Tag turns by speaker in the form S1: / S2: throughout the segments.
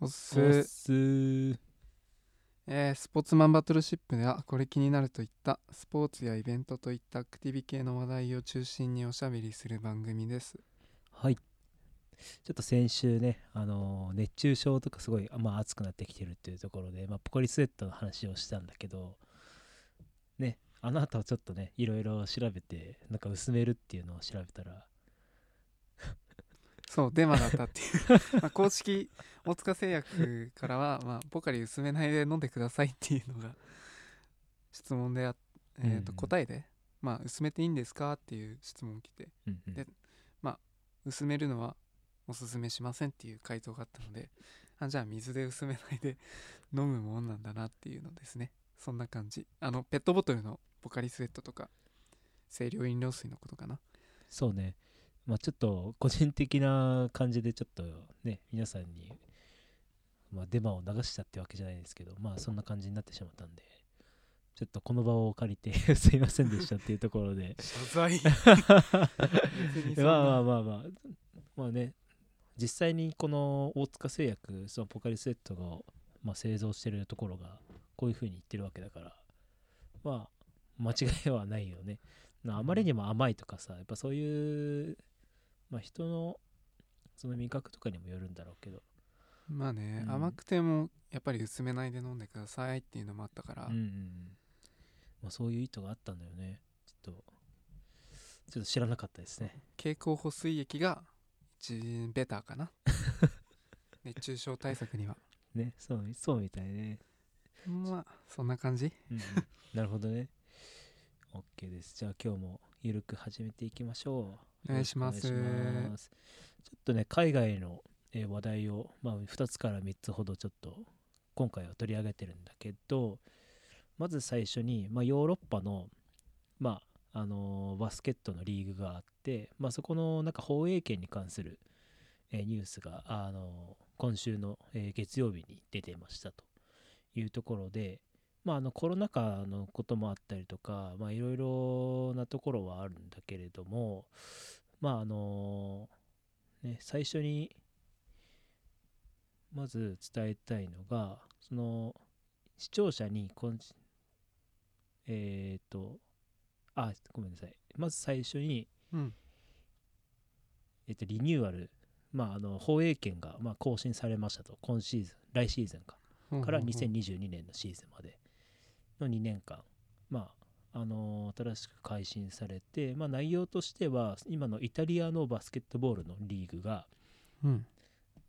S1: おすす
S2: す
S1: えースポーツマンバトルシップではこれ気になるといったスポーツやイベントといったアクティビ系の話題を中心におしゃべりする番組です
S2: はいちょっと先週ね、あのー熱中症とかすごい、あまあ、暑くなってきてるっていうところで、まあ、ポカリスエットの話をしたんだけどねあの後ちょっとねいろいろ調べてなんか薄めるっていうのを調べたら
S1: そうデマだったって いうまあ公式大塚製薬からは、まあ、ポカリ薄めないで飲んでくださいっていうのが質問であっ、えーと
S2: うん
S1: 答えで、まあ、薄めていいんですかっていう質問来て
S2: うんうん
S1: で薄めるのはおすすめしませんっていう回答があったのであじゃあ水で薄めないで 飲むもんなんだなっていうのですねそんな感じあのペットボトルのポカリスエットとか清涼飲料水のことかな
S2: そうね、まあ、ちょっと個人的な感じでちょっとね皆さんに、まあ、デマを流したってわけじゃないですけどまあそんな感じになってしまったんでちょっとこの場を借りて すいませんでしたっていうところで
S1: 謝罪別にそん
S2: まあま
S1: な
S2: あまあまあまあね実際にこの大塚製薬そのポカリスエットを、まあ、製造してるところがこういうふうに言ってるわけだからまあ間違いはないよねなあまりにも甘いとかさやっぱそういう、まあ、人のその味覚とかにもよるんだろうけど
S1: まあね、
S2: うん
S1: 甘くてもやっぱり薄めないで飲んでくださいっていうのもあったから、
S2: うんうんうんまあ、そういう意図があったんだよねちょっとちょっと知らなかったですね
S1: 経口補水液が一ベター かな熱中症対策には
S2: ねそうそうみたいね
S1: まあそんな感じ
S2: うんうんなるほどね。OK です。じゃあ今日もゆるく始めていきましょう。
S1: お願いします
S2: よろくお願いしますちょっとね、海外の、えー話題を、まあ、2つから3つほどちょっと今回は取り上げてるんだけど、まず最初に、まあ、ヨーロッパの、まああのーバスケットのリーグがあって、まあ、そこのなんか放映権に関する、えーニュースが、あのー今週の、えー月曜日に出てましたというところで、まあ、あのコロナ禍のこともあったりとか、まあ、いろいろなところはあるんだけれども、まああのね、最初にまず伝えたいのがその視聴者にこんえっ、とあごめんなさいまず最初に、
S1: うん
S2: えっとリニューアル、まあ、あの放映権が、まあ、更新されましたと今シーズン来シーズンかから
S1: うんうんうん
S2: 2022年のシーズンまでの2年間、まああのー新しく改新されて、まあ、内容としては今のイタリアのバスケットボールのリーグが、
S1: うん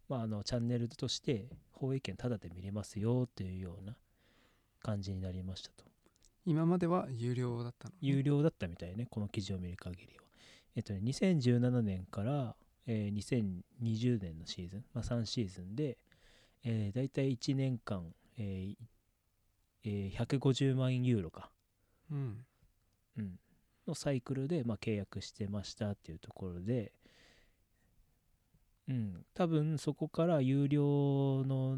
S2: まあ、あのチャンネルとして放映権タダで見れますよというような感じになりましたと
S1: 今までは有料だったのね
S2: 有料だったみたいねこの記事を見る限りはえっとね2017年から、えー2020年のシーズン、まあ、3シーズンで、えー、大体1年間、えーえー150万ユーロか、
S1: うん
S2: うん、のサイクルで、まあ、契約してましたっていうところで、うん、多分そこから有料の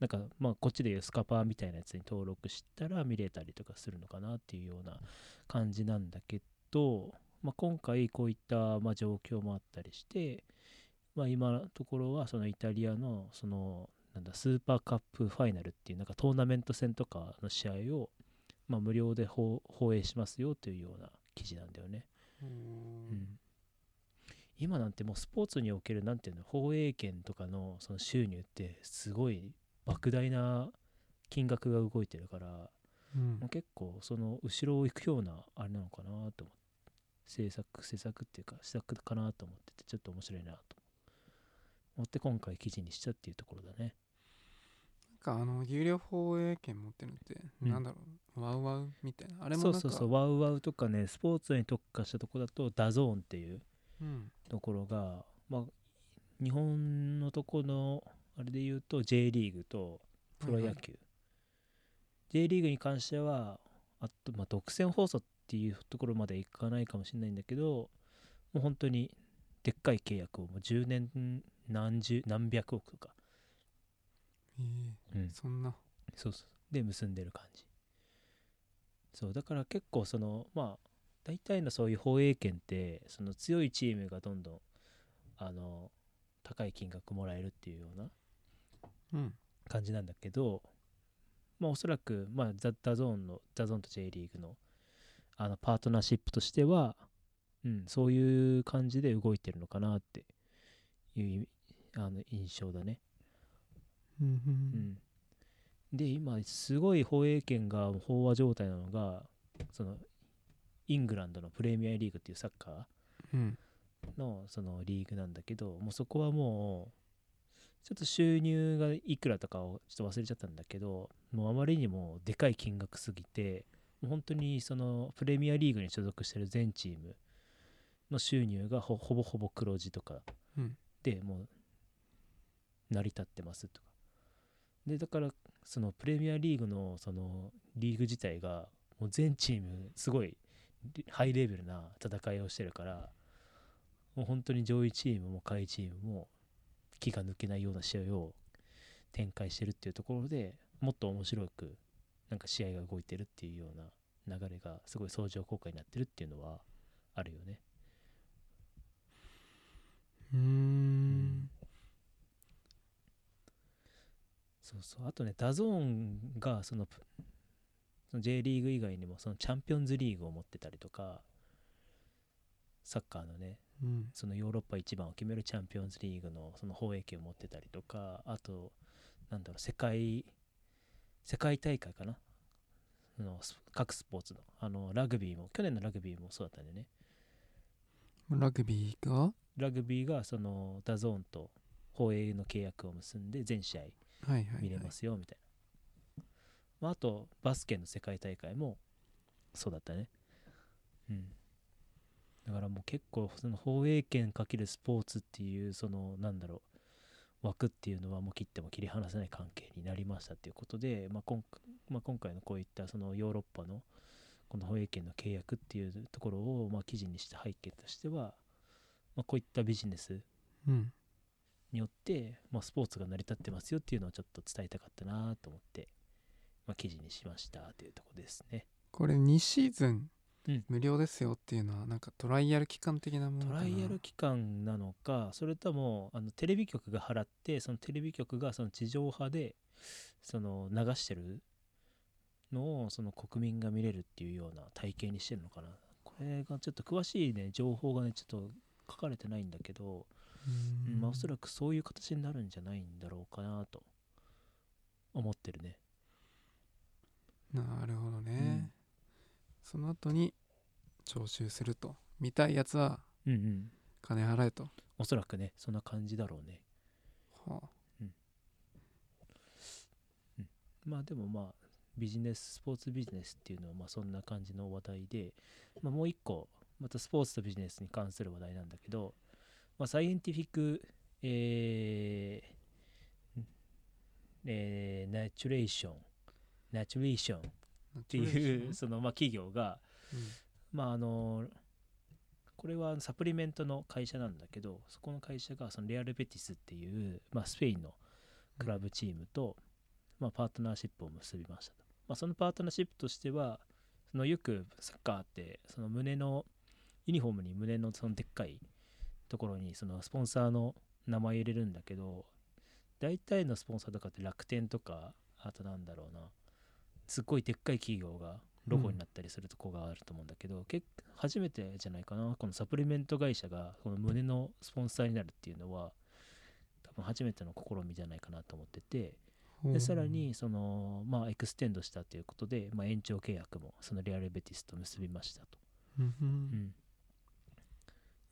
S2: なんかまあこっちでいうスカパーみたいなやつに登録したら見れたりとかするのかなっていうような感じなんだけど、まあ、今回こういったまあ状況もあったりして、まあ、今のところはそのイタリアのそのなんだスーパーカップファイナルっていうなんかトーナメント戦とかの試合をまあ無料で放放映しますよというような記事なんだよね。
S1: うーん
S2: 今なんてもうスポーツにおけるなんていうの放映権とかのその収入ってすごい莫大な金額が動いてるから、
S1: うん
S2: もう結構その後ろを行くようなあれなのかなと思って制作制作っていうか施策かなと思っててちょっと面白いなと思って今回記事にしたっていうところだね。
S1: なんかあの有料放映権持ってるのって、
S2: うん
S1: なんだろうワウワウみたいなあれも
S2: そ
S1: なん
S2: う
S1: か
S2: そうそうワウワウとかねスポーツに特化したとこだとダゾーンっていう
S1: うん
S2: ところが、まあ、日本のとこのあれで言うと J リーグとプロ
S1: はいは
S2: 野
S1: い
S2: 球、J リーグに関してはあと、まあ、独占放送っていうところまでいかないかもしれないんだけどもう本当にでっかい契約をもう10年何十何百億とか、
S1: ええそんな
S2: そうそうで結んでる感じそうだから結構そのまあ大体のそういう放映権ってその強いチームがどんどんあの高い金額もらえるっていうような
S1: うん
S2: 感じなんだけど、まあ、おそらく、まあ、ザ・ダゾーンのザ・ゾーンと J リーグのあのパートナーシップとしては、うん、そういう感じで動いてるのかなっていうあの印象だね。
S1: うんうん
S2: うん、で今すごい放映権が飽和状態なのがそのイングランドのプレミアリーグっていうサッカー
S1: うん
S2: のそのリーグなんだけどもうそこはもうちょっと収入がいくらとかをちょっと忘れちゃったんだけどもうあまりにもでかい金額すぎてもう本当にそのプレミアリーグに所属してる全チームの収入がほほぼほぼ黒字とか
S1: うん
S2: でもう成り立ってますとかでだからそのプレミアリーグのそのリーグ自体がもう全チームすごいハイレベルな戦いをしてるからもう本当に上位チームも下位チームも気が抜けないような試合を展開してるっていうところでもっと面白くなんか試合が動いてるっていうような流れがすごい相乗効果になってるっていうのはあるよね。
S1: うーん
S2: そうそうあとねダゾーンがそのプその J リーグ以外にもそのチャンピオンズリーグを持ってたりとかサッカーのね
S1: うん
S2: そのヨーロッパ一番を決めるチャンピオンズリーグのその放映権を持ってたりとかあとなんだろう世界世界大会かなあのス各スポーツのあのラグビーも去年のラグビーもそうだったんだよね
S1: ラグビーが
S2: ラグビーがそのダゾーンと放映の契約を結んで全試合
S1: はいはい、はい、
S2: 見れますよみたいな、まあ、あとバスケの世界大会もそうだったねうんだからもう結構その放映権かけるスポーツっていうそのなんだろう枠っていうのはもう切っても切り離せない関係になりましたっていうことで、まあ、今まあ今回のこういったそのヨーロッパのこの放映権の契約っていうところをまあ記事にした背景としては、まあ、こういったビジネス
S1: うん
S2: によって、まあ、スポーツが成り立ってますよっていうのをちょっと伝えたかったなと思って、まあ、記事にしましたというところですね。
S1: これ2シーズン
S2: うん
S1: 無料ですよっていうのはなんかトライアル期間的なもの
S2: ト
S1: かな
S2: ライアル期間なのかそれともあのテレビ局が払ってそのテレビ局がその地上波でその流してるのをその国民が見れるっていうような体系にしてるのかなこれがちょっと詳しいね情報がねちょっと書かれてないんだけど、
S1: うーん
S2: まあ、おそらくそういう形になるんじゃないんだろうかなと思ってるね。
S1: なるほどね、
S2: うん
S1: その後に徴収すると見たいやつは
S2: うんうん
S1: 金払えと、
S2: おそらくねそんな感じだろうね
S1: はあ
S2: まあでもまあビジネススポーツビジネスっていうのはまあそんな感じの話題で、まあ、もう一個またスポーツとビジネスに関する話題なんだけど、まあ、サイエンティフィック、えーんえーナチュレーションナチュレーションっ
S1: って
S2: いう、そのまあ企業が、まああのこれはサプリメントの会社なんだけどそこの会社がそのレアル・ベティスっていう、まあ、スペインのクラブチームと、まあ、パートナーシップを結びましたと、まあ、そのパートナーシップとしてはそのよくサッカーってその胸のユニフォームに胸のそのでっかいところにそのスポンサーの名前入れるんだけど大体のスポンサーとかって楽天とかあとなんだろうなすっごいでっかい企業がロゴになったりするとこがあると思うんだけど、結初めてじゃないかなこのサプリメント会社がこの胸のスポンサーになるっていうのは多分初めての試みじゃないかなと思ってて
S1: うん
S2: でさら、にその、まあ、エクステンドしたということで、まあ、延長契約もそのレアル・ベティスと結びましたと。
S1: うんうん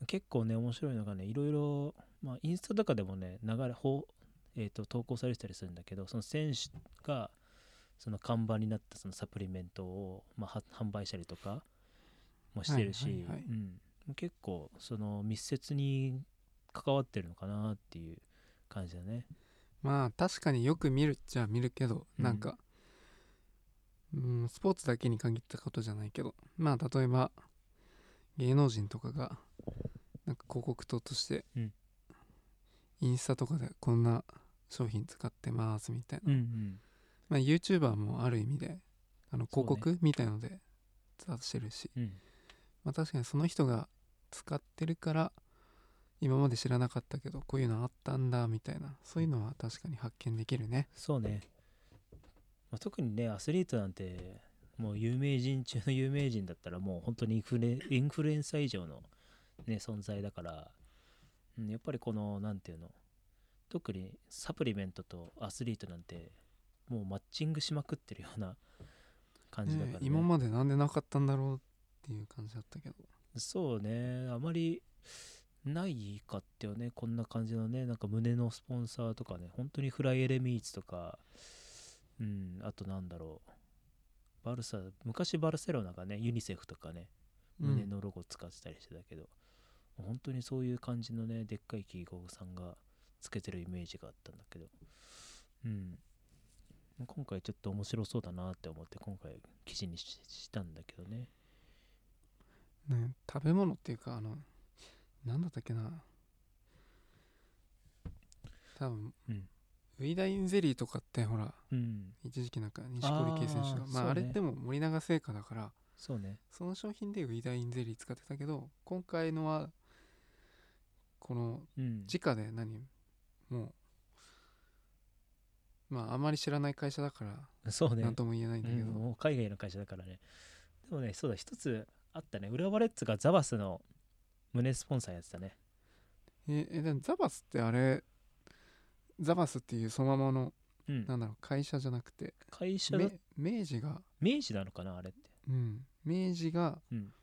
S2: うん、結構ね面白いのがねいろいろ、まあ、インスタとかでもね流れほう、えー、と投稿されてたりするんだけどその選手がその看板になったそのサプリメントを、まあ、は販売したりとかもしてるし、
S1: はいはいはい
S2: うん、結構その密接に関わってるのかなっていう感じだね。
S1: まあ確かによく見るっちゃ見るけど、
S2: うん
S1: なんか、うん、スポーツだけに限ったことじゃないけどまあ例えば芸能人とかがなんか広告塔として、
S2: うん
S1: インスタとかでこんな商品使ってますみたいな、まあ、YouTuber もある意味であの
S2: そう
S1: 広
S2: ね
S1: 告、みたいので出してるし、
S2: うん
S1: まあ、確かにその人が使ってるから今まで知らなかったけどこういうのあったんだみたいなそういうのは確かに発見できるね
S2: そうね、まあ、特にねアスリートなんてもう有名人中の有名人だったらもう本当にインフルエインフルエンサー以上の、ね、存在だから、うん、やっぱりこのなんていうの特にサプリメントとアスリートなんてもうマッチングしまくってるような感じだか
S1: ね
S2: ら、ね
S1: 今までなんでなかったんだろうっていう感じだったけど
S2: そうねあまりないかってよねこんな感じのねなんか胸のスポンサーとかね本当にフライエレミーツとかうんあとなんだろうバルサ昔バルセロナがねユニセフとかね胸のロゴ使ってたりしてたけど、本当にそういう感じのねでっかい企業さんがつけてるイメージがあったんだけどうん今回ちょっと面白そうだなって思って今回記事にししたんだけどね
S1: うんね、食べ物っていうかあのなんだったっけな多分、
S2: うん
S1: ウイダインゼリーとかってほら
S2: うん
S1: 一時期なんか錦織圭選手が
S2: あー
S1: まあ、
S2: そう
S1: あ
S2: ね
S1: れっても森永製菓だから
S2: そうね
S1: その商品でウイダインゼリー使ってたけど今回のはこの
S2: うん
S1: 直で何もうまああまり知らない会社だから
S2: そうね
S1: 何とも言えないんだけど、
S2: うんもう海外の会社だからねでもねそうだ一つあったね浦和レッズがザバスの胸スポンサーやってたね
S1: ええでもザバスってあれザバスっていうそのままの
S2: うん
S1: なんだろう会社じゃなくて
S2: 会社だ
S1: め明治が、
S2: 明治なのかなあれって
S1: うん、明治が
S2: うん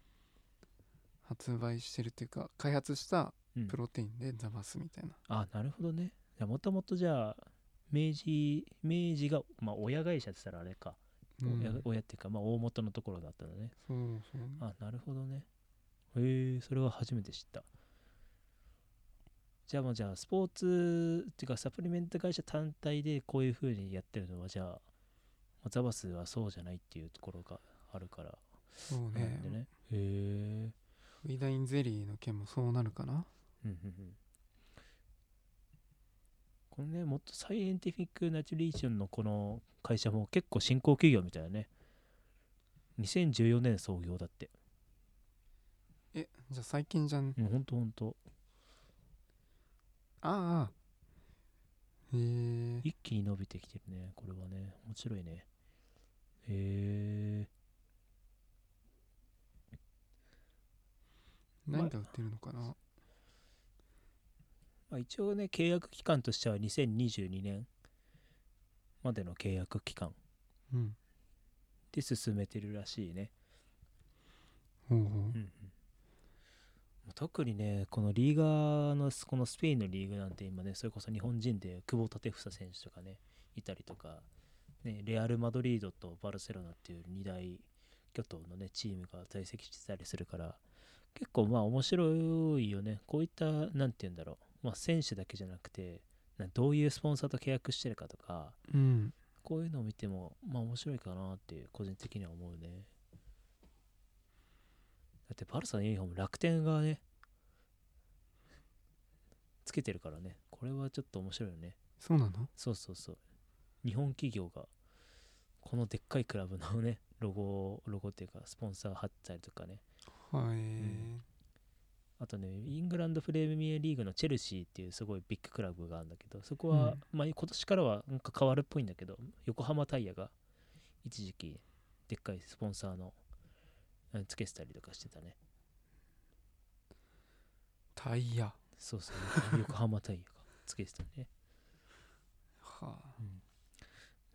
S1: 発売してるっていうか開発した
S2: うん
S1: プロテインでザバスみたいな、
S2: あなるほどねもともとじゃあ明治明治が、まあ、親会社って言ったらあれか、
S1: うん
S2: 親親っていうか、まあ、大元のところだったのね
S1: そうそう
S2: あなるほどねへえそれは初めて知ったじゃあもうじゃあスポーツっていうかサプリメント会社単体でこういう風にやってるのはじゃあまあザバスはそうじゃないっていうところがあるから
S1: そう
S2: なん
S1: ね
S2: でねへえ
S1: ウイダインゼリーの件もそうなるかな
S2: うんうんうんこのねもっとサイエンティフィック・ナチュリーションのこの会社も結構新興企業みたいなね2014年創業だって
S1: えじゃあ最近じゃん
S2: うんほんとほんと
S1: ああへえ
S2: 一気に伸びてきてるねこれはね面白いねへえ
S1: 何が売ってるのかな、
S2: まあ、一応ね契約期間としては2022年までの契約期間
S1: うん
S2: で進めてるらしいね、
S1: ほうほう
S2: 特にねこのリーガーのこのスペインのリーグなんて今ねそれこそ日本人で久保建英選手とかねいたりとか、ね、レアル・マドリードとバルセロナっていう2大巨頭のねチームが在籍してたりするから結構まあ面白いよねこういったなんて言うんだろう、まあ、選手だけじゃなくてなどういうスポンサーと契約してるかとか
S1: うん
S2: こういうのを見てもまあ面白いかなっていう個人的には思うねだってバルサのユニフォーム楽天がねつけてるからねこれはちょっと面白いよね
S1: そうなの
S2: そうそうそう日本企業がこのでっかいクラブのねロゴをロゴっていうかスポンサー貼ったりとかね
S1: はい、
S2: んあとねイングランドプレミアリーグのチェルシーっていうすごいビッグクラブがあるんだけどそこは、まあ、今年からはなんか変わるっぽいんだけど横浜タイヤが一時期でっかいスポンサーのうんつけてたりとかしてたね
S1: タイヤは
S2: そうそう横浜タイヤがつけてたね、
S1: あ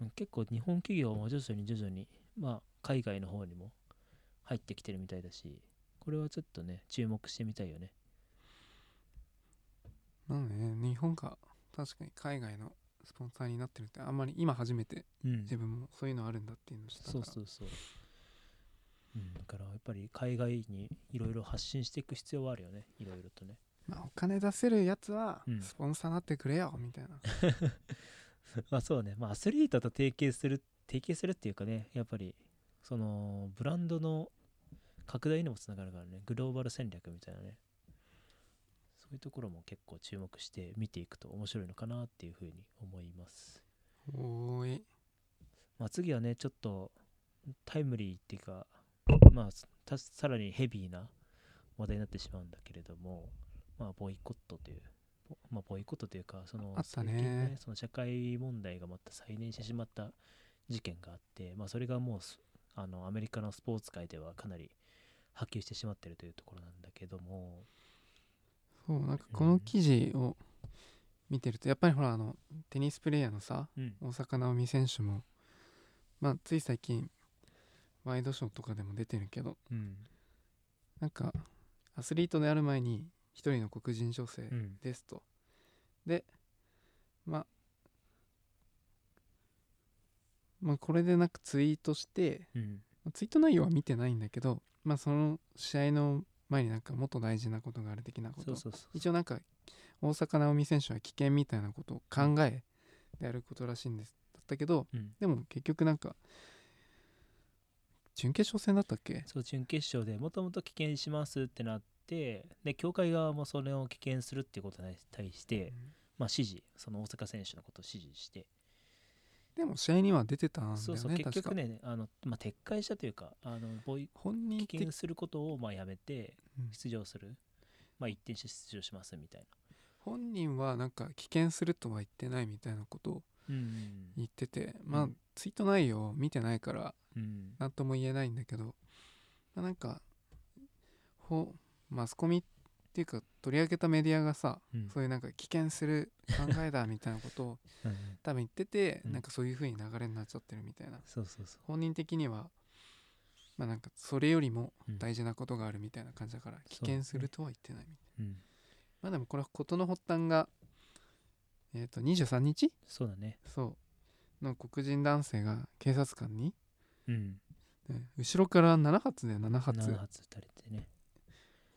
S2: うん、結構日本企業も徐々に徐々に、まあ、海外の方にも入ってきてるみたいだしこれはちょっとね注目してみたいよね
S1: なんでね日本が確かに海外のスポンサーになってるってあんまり今初めて
S2: うん
S1: 自分もそういうのあるんだっていうのを知ったか
S2: そう
S1: ら
S2: そうそう、うん、だからやっぱり海外にいろいろ発信していく必要はあるよねいろいろとね
S1: まあ、お金出せるやつは
S2: うん
S1: スポンサーなってくれよみたいな、
S2: まあそうねまあアスリートと提携する提携するっていうかねやっぱりそのブランドの拡大にもつながるからねグローバル戦略みたいなねそういうところも結構注目して見ていくと面白いのかなっていうふうに思います
S1: おーい
S2: まあ、次はねちょっとタイムリーっていうかまあたさらにヘビーな話題になってしまうんだけれども、ままあ、ボイコットという、ぼまあ、ボイコットというか、その、
S1: あったね
S2: 最近その社会問題がまた再燃してしまった事件があって、まあ、それがもうす、あの、アメリカのスポーツ界ではかなり波及してしまってるというところなんだけども、
S1: そうなんか
S2: うん
S1: この記事を見てるとやっぱりほらあのテニスプレーヤーのさ
S2: うん、
S1: 大坂なおみ選手もまあつい最近ワイドショーとかでも出てるけど
S2: うん、
S1: なんかアスリートである前に一人の黒人女性
S2: うん、
S1: ですと、でまあまあこれでなくツイートして
S2: うん、
S1: まあツイート内容は見てないんだけどまあその試合の前になんかもっと大事なことがある的なこと
S2: そうそうそう。
S1: 一応なんか大坂なおみ選手は危険みたいなことを考えでやることらしいんですだったけど
S2: うん、
S1: でも結局なんか準決勝戦だったっけ
S2: そう準決勝でもともと棄権しますってなってで協会側もそれを棄権するっていうことに対して、まあ、指示その大阪選手のことを指示して、
S1: でも試合には出てたんだよね
S2: そうそう結
S1: 確
S2: 局
S1: か
S2: ねあの、まあ、撤回したというかあのボイ
S1: 本人
S2: 棄
S1: 的
S2: 権することをまあやめて
S1: うん
S2: 出場する、まあ、一転して出場しますみたい
S1: 本人はなんか棄権するとは言ってないみたいなことを
S2: な、うん
S1: 言っててまあ
S2: うん
S1: ツイート内容を見てないから
S2: うん
S1: 何とも言えないんだけど、まあ、なんかほマスコミっていうか取り上げたメディアがさ、
S2: うん
S1: そういうなんか危険する考えだみたいなこと を
S2: うん
S1: 多分言ってて、
S2: うん
S1: なんかそういう風に流れになっちゃってるみたいな
S2: そうそうそう
S1: 本人的にはまあなんかそれよりも
S2: うん
S1: 大事なことがあるみたいな感じだから危
S2: そう
S1: 険
S2: ね
S1: するとは言ってないみたい
S2: うん、
S1: なまあでもこれは事の発端がえっ、と23日
S2: そうだね、
S1: そうの黒人男性が警察官に、
S2: うん、
S1: ね後ろから7発で7発
S2: 7発打たれてね、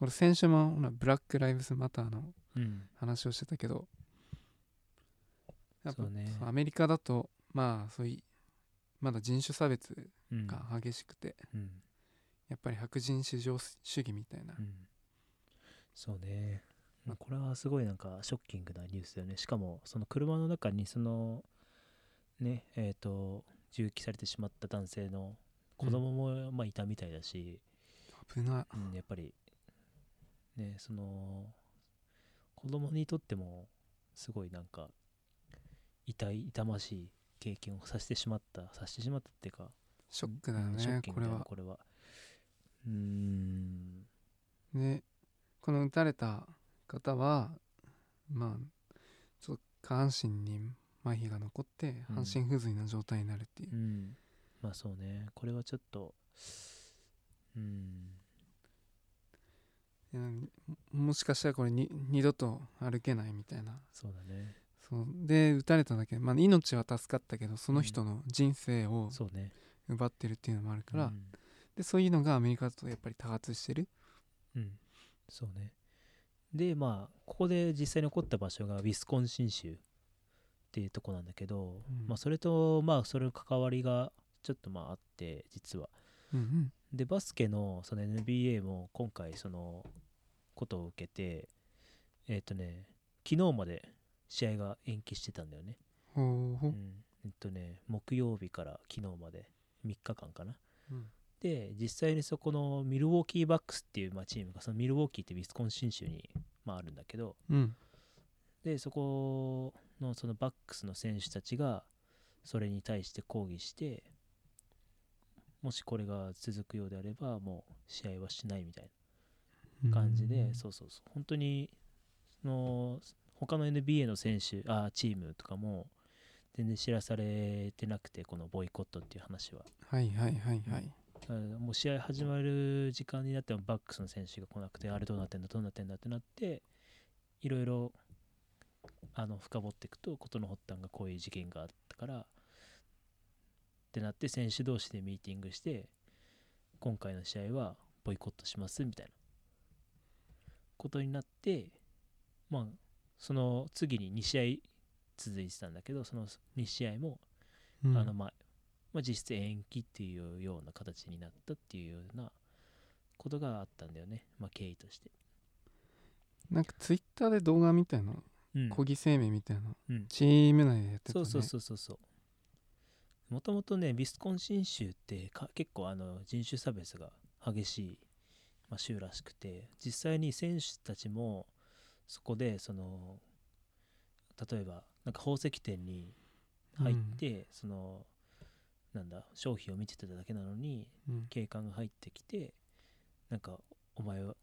S1: これ先週もほらブラック・ライブズ・マターの
S2: うん、
S1: 話をしてたけどやっぱ
S2: そうね
S1: そうアメリカだとまあそういうまだ人種差別
S2: うん
S1: が激しくて、
S2: うん
S1: やっぱり白人至上主義みたいな、
S2: うん、そうね、
S1: うん
S2: まあ、これはすごいなんかショッキングなニュースだよねしかもその車の中にそのねえっ、と銃撃されてしまった男性の子供もまあいたみたいだし、
S1: 危ない
S2: うんやっぱりねその子供にとってもすごいなんか痛い痛ましい経験をさせてしまったさせてしまったっていうか
S1: ショックだよ
S2: うんショッ
S1: ね
S2: キン
S1: これ
S2: グだよ
S1: は
S2: これはうーん
S1: でこの撃たれた方はまあちょっと下半身に麻痺が残って
S2: うん
S1: 半身不随な状態になるっていう、
S2: うん、まあそうねこれはちょっとうん
S1: うんもしかしたらこれに二度と歩けないみたいな
S2: そうだね
S1: そうで撃たれただけ、まあ、命は助かったけどその人の人生を
S2: そうね
S1: 奪ってるっていうのもあるから、
S2: うん、
S1: でそういうのがアメリカだとやっぱり多発してる
S2: うんそうねでまあここで実際に起こった場所がウィスコンシン州っていうとこなんだけど、
S1: うん
S2: まあそれとまあそれの関わりがちょっとまああって実は
S1: うんうん
S2: でバスケのその NBA も今回そのことを受けてえっ、とね昨日まで試合が延期してたんだよね
S1: ほうほ
S2: う、
S1: うん
S2: えっとね木曜日から昨日まで3日間かな
S1: うん
S2: で実際にそこのミルウォーキーバックスっていう、まあ、チームがそのミルウォーキーってウィスコンシン州に、まあ、あるんだけど
S1: うん
S2: でそこのそのバックスの選手たちがそれに対して抗議してもしこれが続くようであればもう試合はしないみたい
S1: うん
S2: な感じで、そうそうそう本当にその他の NBA の選手あチームとかも全然知らされてなくてこのボイコットっていう話は
S1: はいはいはいはい、
S2: あのもう試合始まる時間になってもバックスの選手が来なくてあれどうなってんだどうなってんだってなっていろいろあの深掘っていくと事の発端がこういう事件があったからってなって選手同士でミーティングして今回の試合はボイコットしますみたいなことになってまあその次に2試合続いてたんだけどその2試合も
S1: うん
S2: あのまあまあ、実質延期っていうような形になったっていうようなことがあったんだよね、まあ、経緯として。
S1: なんかツイッターで動画みたいな
S2: うん
S1: 抗議声明みたいな
S2: うん
S1: チーム内でやってた
S2: そ
S1: ね
S2: うそうそうそうそう。もともとね、ビスコンシン州ってか結構あの人種差別が激しい、まあ、州らしくて、実際に選手たちもそこでその例えばなんか宝石店に入って、そのなんだ商品を見てただけなのに
S1: うん
S2: 警官が入ってきてなんかお前は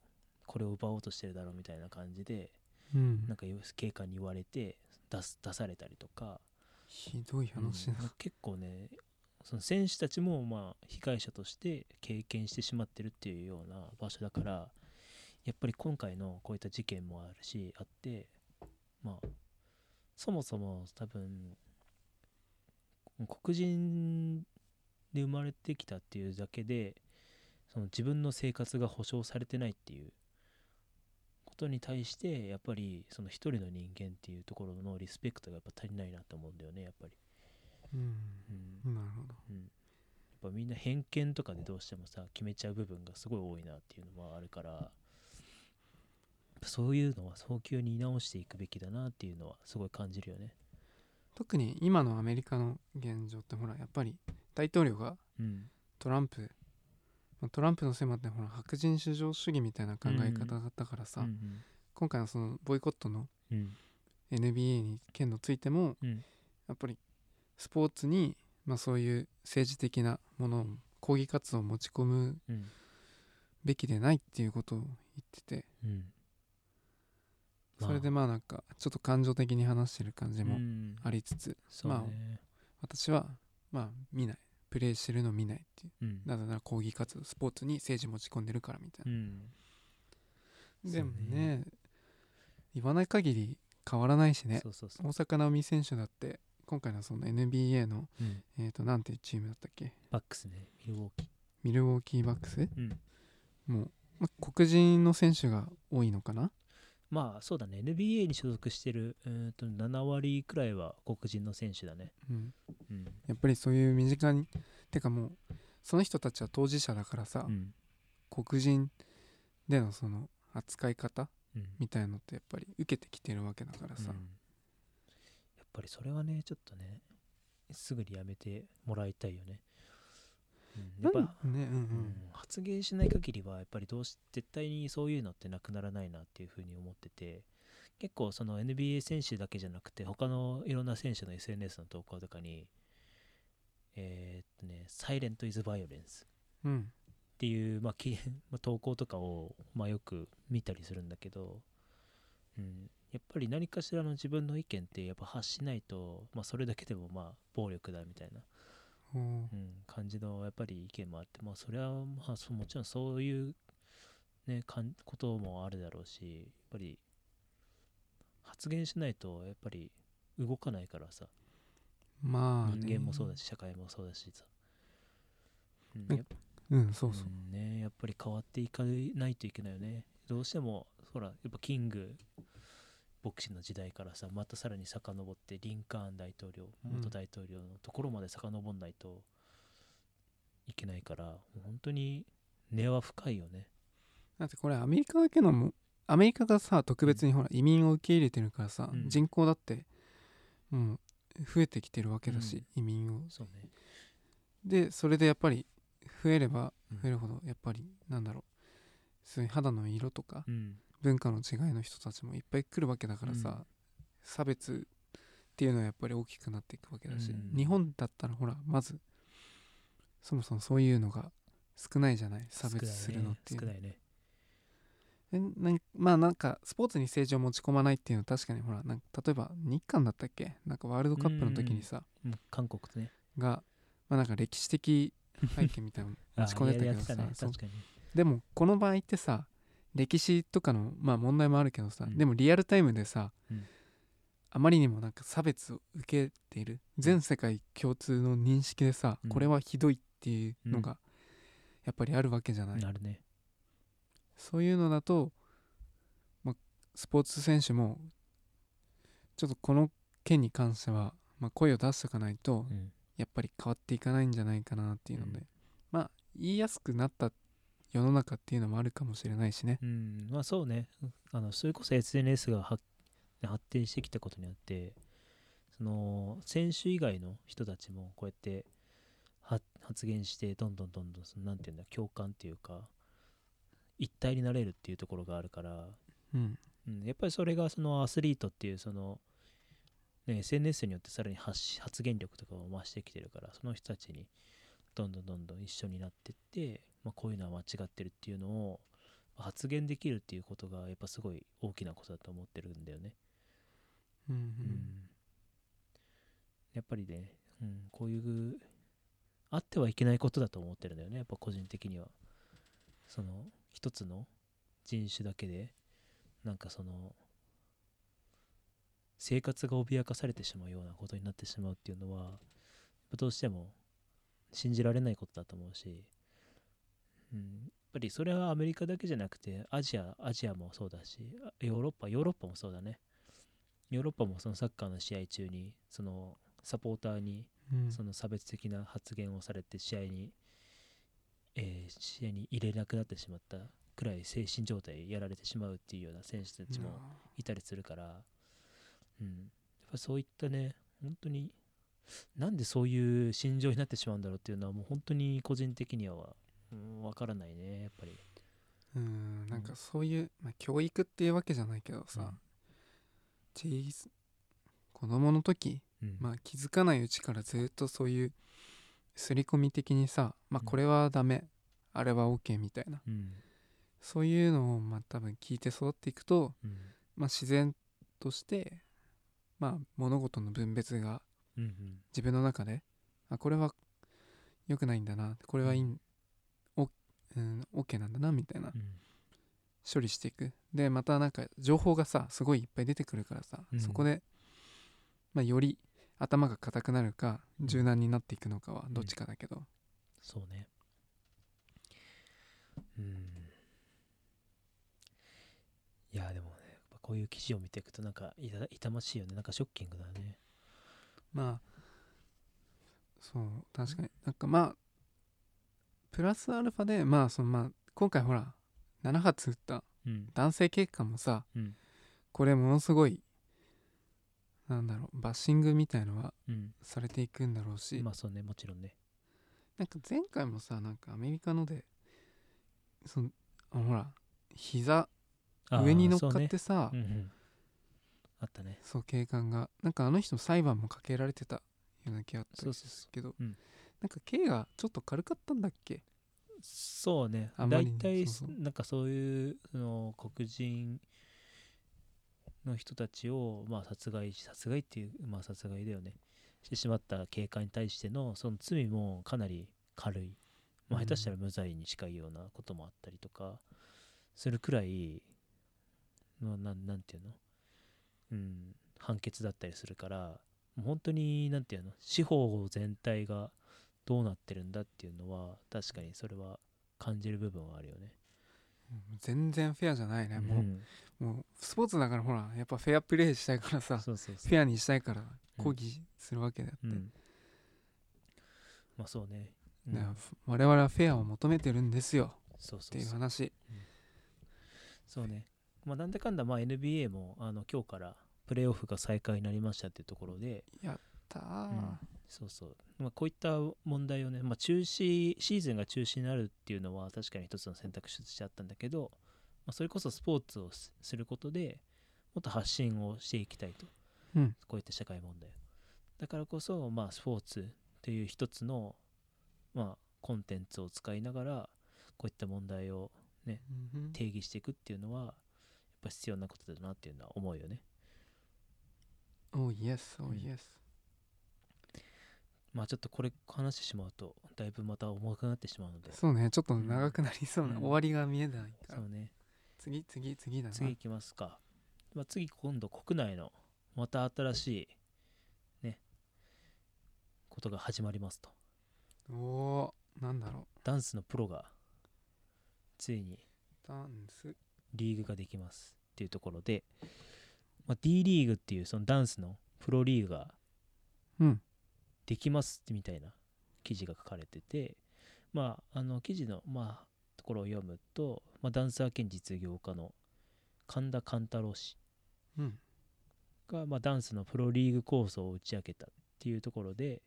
S2: これを奪おうとしてるだろうみたいな感じで
S1: うん
S2: なんか言う警官に言われて出す出されたりとか、
S1: ひどい話だ、
S2: うん結構ねその選手たちもまあ被害者として経験してしまってるっていうような場所だからやっぱり今回のこういった事件もあるしあってまあそもそも多分黒人で生まれてきたっていうだけでその自分の生活が保障されてないっていうことに対してやっぱりその一人の人間っていうところのリスペクトがやっぱ足りないなと思うんだよねやっぱり。
S1: うん
S2: うん
S1: なるほど
S2: うん、やっぱみんな偏見とかでどうしてもさ決めちゃう部分がすごい多いなっていうのもあるからやっぱそういうのは早急に直していくべきだなっていうのはすごい感じるよね。
S1: 特に今のアメリカの現状ってほらやっぱり大統領が
S2: うん、
S1: トランプまあトランプのせいもあってほら白人至上主義みたいな考え方だったからさ、
S2: うん
S1: 今回のそのボイコットの
S2: うん
S1: NBA に件のついても
S2: うん
S1: やっぱりスポーツに、まあ、そういう政治的なものを抗議活動を持ち込む
S2: うん
S1: べきでないっていうことを言ってて
S2: うんまあ
S1: それでまあなんかちょっと感情的に話してる感じ
S2: う
S1: も
S2: ん
S1: ありつつ、
S2: そうね、
S1: ま私はまあ見ないプレーしてるの見ないっていう
S2: うん
S1: なぜなら抗議活動スポーツに政治持ち込んでるからみたいな
S2: うんうん
S1: でも
S2: そうね
S1: ね言わない限り変わらないしね
S2: そうそうそう、
S1: 大坂なおみ選手だって今回のその NBA の、
S2: うん、
S1: えー、となんていうチームだったっけ
S2: バックスねミルウォーキ
S1: ミルウォーキーバックス
S2: ー、うん、
S1: もう、まあ黒人の選手が多いのかな
S2: まあそうだね NBA に所属してる、えー、と7割くらいは黒人の選手だね、
S1: うん
S2: うん
S1: やっぱりそういう身近にてかもうその人たちは当事者だからさ
S2: う、ん
S1: 黒人でのその扱い方
S2: うん、
S1: みたいのってやっぱり受けてきてるわけだからさ、
S2: うんやっぱりそれはねちょっとねすぐにやめてもらいたいよね、うん、やっぱ、
S1: なんねうんうん、
S2: うん発言しない限りはやっぱりどうし絶対にそういうのってなくならないなっていうふうに思ってて結構その NBA 選手だけじゃなくて他のいろんな選手の SNS の投稿とかにえーっとね「サイレント・イズ・バイオレンス」
S1: うん
S2: っていう、まあ、き まあ投稿とかを、まあ、よく見たりするんだけど、うん、やっぱり何かしらの自分の意見ってやっぱ発しないと、まあ、それだけでもまあ暴力だみたいな、
S1: おー
S2: うん、感じのやっぱり意見もあって、まあ、それはまあそうもちろんそういう、ね、かんこともあるだろうしやっぱり発言しないとやっぱり動かないからさ
S1: まあ、ね、
S2: 人間もそうだし社会もそうだしさ、うん、
S1: うん
S2: やっ
S1: うんそうそう、
S2: うんねやっぱり変わっていかないといけないよねどうしてもほらやっぱキングボクシングの時代からさまたさらに遡ってリンカーン大統領
S1: うん
S2: 元大統領のところまで遡んないといけないから、もう本当に根は深いよね
S1: だってこれアメリカだけのもアメリカがさ特別にほら移民を受け入れてるからさ、
S2: うん
S1: 人口だってもう増えてきてるわけだし、移民を
S2: そうね
S1: でそれでやっぱり増えれば
S2: うん
S1: 増えるほどやっぱりなんだろうそういう肌の色とか
S2: うん
S1: 文化の違いの人たちもいっぱい来るわけだからさ、
S2: うん
S1: 差別っていうのはやっぱり大きくなっていくわけだし、
S2: うん
S1: 日本だったらほらまずそもそもそういうのが少ないじゃない差別するのっていう
S2: 少
S1: のは
S2: ないね
S1: えなんまあなんかスポーツに政治を持ち込まないっていうのは確かにほらなんか例えば日韓だったっけなんかワールドカップの時にさ、
S2: 少ないね、うん、韓国とね
S1: が、まあ、なんか歴史的背景みたいなの
S2: あ
S1: 持ち込んでたけ
S2: や
S1: ど
S2: って
S1: さ
S2: たね
S1: そう
S2: 確かに
S1: でもこの場合ってさ歴史とかの、まあ、問題もあるけどさ、
S2: うん
S1: でもリアルタイムでさ、
S2: うん
S1: あまりにもなんか差別を受けている全世界共通の認識でさ、
S2: うん
S1: これはひどいっていうの
S2: う
S1: がやっぱりあるわけじゃない、
S2: なるね
S1: そういうのだと、まあ、スポーツ選手もちょっとこの件に関しては、まあ、声を出しておかないと
S2: うん
S1: やっぱり変わっていかないんじゃないかなっていうので、
S2: うん
S1: まあ言いやすくなった世の中っていうのもあるかもしれないしね。
S2: うん、まあそうね、あのそれこそ SNS が発発展してきたことによって、その選手以外の人たちもこうやって発発言して、どんどんどんどんその、なんていうんだ、共感っていうか、一体になれるっていうところがあるから、
S1: うん、
S2: うん、やっぱりそれがそのアスリートっていうその、ね、SNS によってさらに発し発言力とかも増してきてるからその人たちにどんどんどんどん一緒になってって、まあ、こういうのは間違ってるっていうのを発言できるっていうことがやっぱすごい大きなことだと思ってるんだよね。
S1: うん
S2: うんやっぱりね、うん、こういうあってはいけないことだと思ってるんだよねやっぱ個人的にはその一つの人種だけでなんかその生活が脅かされてしまうようなことになってしまうっていうのはどうしても信じられないことだと思うし、うん、やっぱりそれはアメリカだけじゃなくてアジアアジアもそうだしあヨーロッパヨーロッパもそうだねヨーロッパもそのサッカーの試合中にそのサポーターに
S1: うん
S2: その差別的な発言をされて試合に、えー試合に入れなくなってしまったくらい精神状態やられてしまうっていうような選手たちもいたりするから、うん、やっぱそういったね本当になんでそういう心情になってしまうんだろうっていうのはもう本当に個人的にはうんわからないねやっぱり。
S1: うんなんかそういう、まあ、教育っていうわけじゃないけどさ、
S2: うん
S1: 小さ子供の時、
S2: うん
S1: まあ、気づかないうちからずっとそういう刷り込み的にさ、まあ、
S2: うん
S1: これはダメ、あれは OK みたいな
S2: うん
S1: そういうのをまあ多分聞いて育っていくと、
S2: うん
S1: まあ、自然として、まあ、物事の分別が
S2: うんうん
S1: 自分の中であこれは良くないんだなこれはいいん、おうん、OK なんだなみたいな
S2: うん
S1: 処理していくでまたなんか情報がさすごいいっぱい出てくるからさ、
S2: うん
S1: そこで、まあ、より頭が硬くなるか柔軟になっていくのかはどっちかだけど、
S2: そうね。うん。いや、でもね、やっぱこういう記事を見ていくと、なんかいた痛ましいよね。なんかショッキングだね。
S1: まあそう確かになんかまあプラスアルファでまあそのまあ今回ほら7発打った
S2: うん。
S1: 男性警官もさ
S2: うん。
S1: これものすごいなんだろうバッシングみたいのは
S2: うん。
S1: されていくんだろうし、
S2: まあ、そうね、もちろんね。
S1: なんか前回もさなんかアメリカのでそのあほら膝
S2: あー
S1: 上に乗っか
S2: そう
S1: っ
S2: ね
S1: てさそう,、
S2: うんうん。あったね。
S1: 警官がなんかあの人の裁判もかけられてたような気があった
S2: そ
S1: ん
S2: う
S1: で
S2: そうそ
S1: すけど
S2: うん
S1: なんか刑がちょっと軽かったんだっけ
S2: そうね。
S1: あま
S2: 大
S1: りに
S2: 体、
S1: そうそう
S2: なんかそういう、その黒人の人たちを、まあ、殺害し、殺害っていう、まあ、殺害だよね。してしまった警官に対しての、その罪もかなり軽い。まあ、
S1: うん
S2: 下手したら無罪に近いようなこともあったりとか、するくらいの、なんなんていうのうん、判決だったりするから、もう本当に、なんていうの司法全体がどうなってるんだっていうのは、確かにそれは感じる部分はあるよね。
S1: うん全然フェアじゃないね、
S2: う
S1: も
S2: ん
S1: うもうスポーツだからほらやっぱフェアプレーしたいからさ
S2: そうそうそう
S1: フェアにしたいから抗議するわけであって、
S2: うん、まあそうね、うん
S1: だから我々はフェアを求めてるんですよ
S2: そう
S1: っ
S2: そ
S1: て
S2: う
S1: いう
S2: そう
S1: 話
S2: そうね、まあ、なんだかんだまあ NBA もあの今日からプレーオフが再開になりましたっていうところで
S1: た
S2: うんそうそう、まあ、こういった問題をね、まあ、中止シーズンが中止になるっていうのは確かに一つの選択肢としてあったんだけど、まあ、それこそスポーツをすすることでもっと発信をしていきたいと
S1: うん
S2: こういった社会問題をだからこそ、まあ、スポーツという一つの、まあ、コンテンツを使いながらこういった問題を
S1: うん
S2: 定義していくっていうのはやっぱ必要なことだなっていうのは思うよね。
S1: Oh yes, oh
S2: うん
S1: yes.
S2: まあちょっとこれ話してしまうとだいぶまた重くなってしまうので
S1: そうね、ちょっと長くなりそうな、
S2: うん
S1: 終わりが見えないから
S2: そ。うね
S1: 次、次、次だな。
S2: 次行きますか、まあ、次今度国内のまた新しいねことが始まりますと
S1: おおー、なんだろ
S2: ダンスのプロがついに
S1: う。ダンス。
S2: リーグができますっていうところで、まあ、D リーグっていうそのダンスのプロリーグが
S1: うん。
S2: できますみたいな記事が書かれててまああの記事のまあところを読むと、まあ、ダンサー兼実業家の神田勘太郎氏
S1: うん。
S2: が、まあ、ダンスのプロリーグ構想を打ち明けたっていうところで、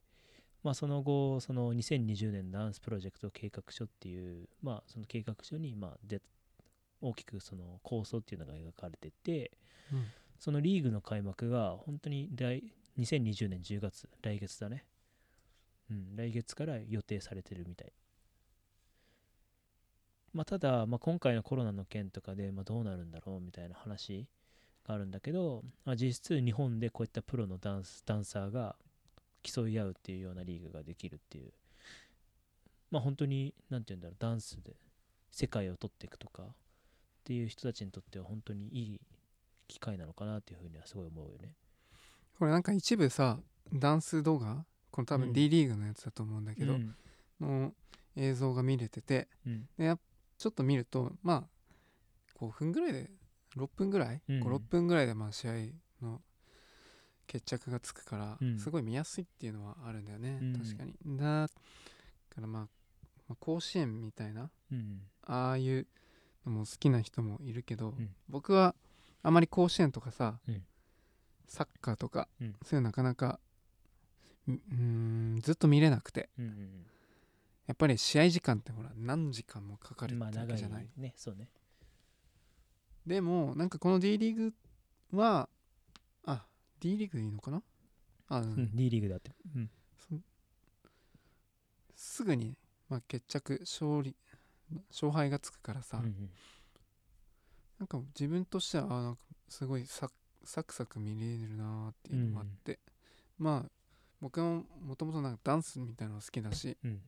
S2: まあ、その後その2020年ダンスプロジェクト計画書っていう、まあ、その計画書に、まあ、で大きくその構想っていうのが描かれてて、
S1: うん
S2: そのリーグの開幕が本当に来2020年10月来月だねうん来月から予定されてるみたいまあただ、まあ、今回のコロナの件とかで、まあ、どうなるんだろうみたいな話があるんだけど、まあ、実質日本でこういったプロのダンスダンサーが競い合うっていうようなリーグができるっていうまあ本当に何て言うんだろうダンスで世界を取っていくとかっていう人たちにとっては本当にいい機会なのかなっていうふうにはすごい思うよね。
S1: これなんか一部さダンス動画この多
S2: う
S1: 分
S2: ん
S1: D リーグのやつだと思うんだけど、
S2: うん
S1: の映像が見れてて
S2: うん
S1: でやっちょっと見るとまあ5分ぐらいで6分ぐらい、
S2: うん
S1: 56分ぐらいでまあ試合の決着がつくから、
S2: うん
S1: すごい見やすいっていうのはあるんだよね、
S2: うん
S1: 確かにだからまあ、まあ甲子園みたいな
S2: うん
S1: ああいうのも好きな人もいるけど、
S2: うん
S1: 僕はあまり甲子園とかさ、
S2: うん
S1: サッカーとか、
S2: うん
S1: そういうなかなかううーんずっと見れなくて
S2: うんうん
S1: やっぱり試合時間ってほら何時間もかかる
S2: まあ
S1: ってわ
S2: 長
S1: け
S2: い
S1: じゃない,、
S2: ねそうね。
S1: でもなんかこの D リーグはあ D リーグでいいのかなあ、うん
S2: うん、D リーグだって。うん
S1: そすぐに、まあ、決着勝利勝敗がつくからさ、
S2: うん
S1: なんか自分としてはあなんかすごいサクサクサク見れるなーっていうのもあって、まあ僕ももともとなんかダンスみたいなの好きだし
S2: うん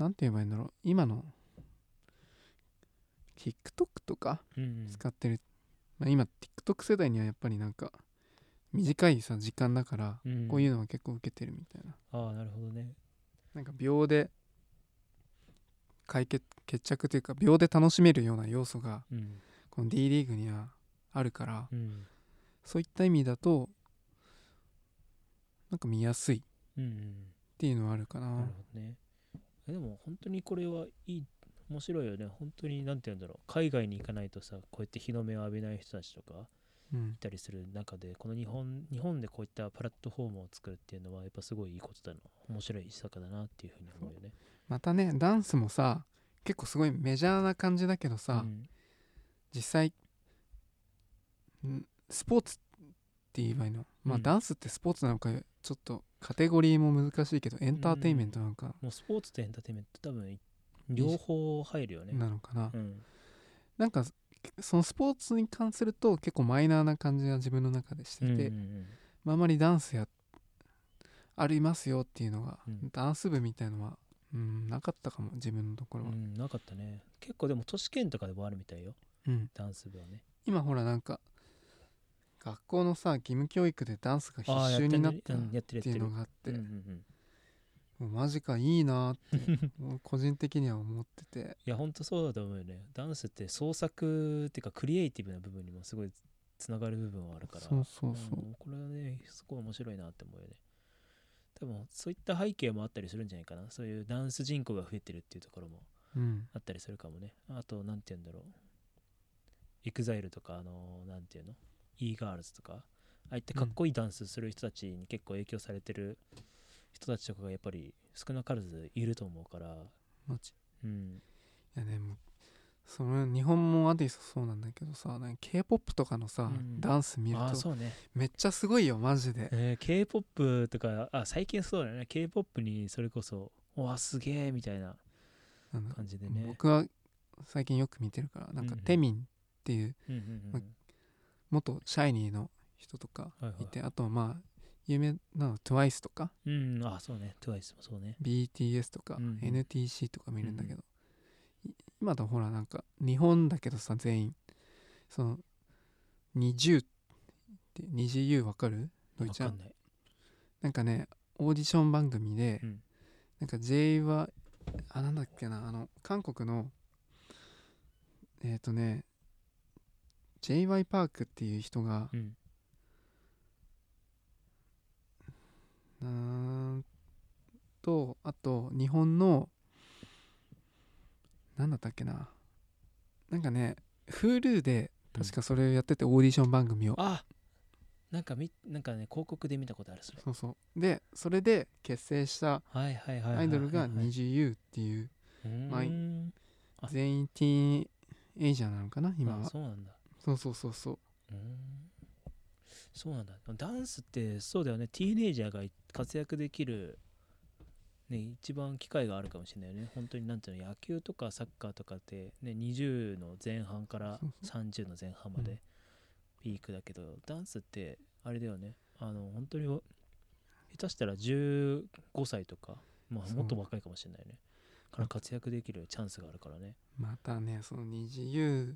S1: なんて言えばいいんだろう今の TikTok とか
S2: うんうん
S1: 使ってる、まあ、今 TikTok 世代にはやっぱりなんか短いさ時間だから
S2: うん
S1: こういうのは結構受けてるみたいな、
S2: ああなるほどね。
S1: なんか秒で解決決着というか秒で楽しめるような要素が
S2: うん
S1: この D リーグにはあるから、
S2: うん
S1: そういった意味だとなんか見やすいっ
S2: うんうん
S1: ていうのはあるか
S2: な
S1: な
S2: るほどね。えでも本当にこれはいい面白いよね。本当になんて言うんだろう海外に行かないとさこうやって日の目を浴びない人たちとか
S1: うん
S2: いたりする中でこの日本日本でこういったプラットフォームを作るっていうのはやっぱすごいいいことだな面白い施策だなっていうふうに思うよね。
S1: またねダンスもさ結構すごいメジャーな感じだけどさ、
S2: うん
S1: 実際んスポーツって言えばいいのまあ、
S2: うん
S1: ダンスってスポーツなのかちょっとカテゴリーも難しいけどエンターテインメントなのか、
S2: もうスポーツとエンターテインメント多分両方入るよね。
S1: なのかな、
S2: うん
S1: なんかそのスポーツに関すると結構マイナーな感じが自分の中でして
S2: うん
S1: て、
S2: うん
S1: まあ、あまりダンスやありますよっていうのが、
S2: うん
S1: ダンス部みたいのは、うん、なかったかも自分のとこ
S2: う
S1: ろ
S2: ん
S1: は、
S2: うんなかったね。結構でも都市圏とかでもあるみたいよ
S1: うん
S2: ダンス部はね。
S1: 今ほらなんか学校のさ義務教育でダンスが必
S2: ああやって
S1: 修
S2: る
S1: になったっ
S2: うんやってるやってて
S1: いう
S2: る。
S1: のがあって
S2: うんうんうん
S1: もうマジかいいなー ってもう個人的には思ってて
S2: いや本当そうだと思うよね。ダンスって創作っていうかクリエイティブな部分にもすごいつながる部分はあるから。
S1: そうそうそう、
S2: んこれはねすごい面白いなって思うよね多分そういった背景もあったりするんじゃないかなそういうダンス人口が増えてるっていうところも
S1: うん、
S2: あったりするかもねあと何て言うんだろう EXILE とかあの何て言うの e-girls とかああいったかっこいいダンスする人たちに結構影響されてる人たちとかがやっぱり少なからずいると思うから
S1: マジ
S2: うん
S1: いやねもうその日本もアーティストそうなんだけどさなんか k p o p とかのさ、
S2: うん
S1: ダンス見る
S2: ああ
S1: と
S2: そうね、
S1: めっちゃすごいよマジで、
S2: えー K-POP とかあ最近そうだよね K-POP にそれこそうわすげえみたいな
S1: あの
S2: 感じでね
S1: 僕は最近よく見てるからなんか
S2: うんうん
S1: テミンっていう
S2: うんうんうん
S1: 元シャイニーの人とか
S2: はいはい
S1: いてあとはまあ有名なの TWICE とか
S2: うん、あ、そうね。TWICE もそうね。
S1: BTS とか
S2: うんうん
S1: NTC とか見るんだけどい今だとほらなんか日本だけどさ全員その20って二 g u わかるドイ
S2: わ
S1: ツ
S2: か
S1: は
S2: んない。
S1: なんかねオーディション番組で
S2: うん
S1: なんか J はあなんだっけなあの韓国のえっ、とね JY パークっていう人が
S2: うん。
S1: うーんとあと日本のなんだったっけななんかね Hulu で確かそれをやっててオーディション番組を、
S2: あなんかみ、なんかね、広告で見たことある、それ。
S1: そうそうでそれで結成した
S2: はいはいはいはいはいはい。
S1: アイドルが NiziU っていう
S2: うーん
S1: まあい
S2: あ
S1: 全員ティーンエイジャーなのかな今
S2: あ
S1: は
S2: そうなんだ
S1: そうそうそうそう
S2: うーんそうなんだダンスってそうだよねティーネイジャーが活躍できる、ね、一番機会があるかもしれないよね本当になんていうの野球とかサッカーとかって、ね、20の前半から
S1: そう
S2: 30の前半ま
S1: う
S2: でピークだけど、ダンスってあれだよねあの本当に下手したら15歳とか、まあ、
S1: そう
S2: もっと若いかもしれないねから活躍できるチャンスがあるからね
S1: またねその二次優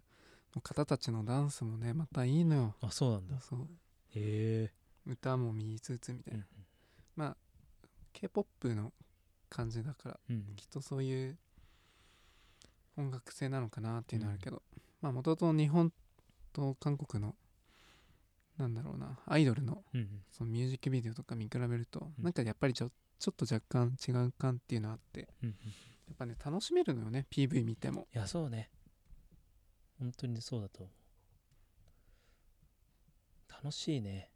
S1: の方たちのダンスもねまたいいのよ
S2: あそうなんだ
S1: そう
S2: へ
S1: 歌も見つつみた
S2: え
S1: いな、k p o p の感じだから
S2: うんうん
S1: きっとそういう音楽性なのかなっていうのはあるけど、まあ元々日本と韓国のなんだろうなアイドルの
S2: うんうん
S1: そのミュージックビデオとか見比べると、
S2: うん
S1: なんかやっぱりちょちょっと若干違う感っていうのあってや
S2: うんうん
S1: っぱね楽しめるのよね PV 見ても
S2: いやそうね本当にそうだと思う楽しいね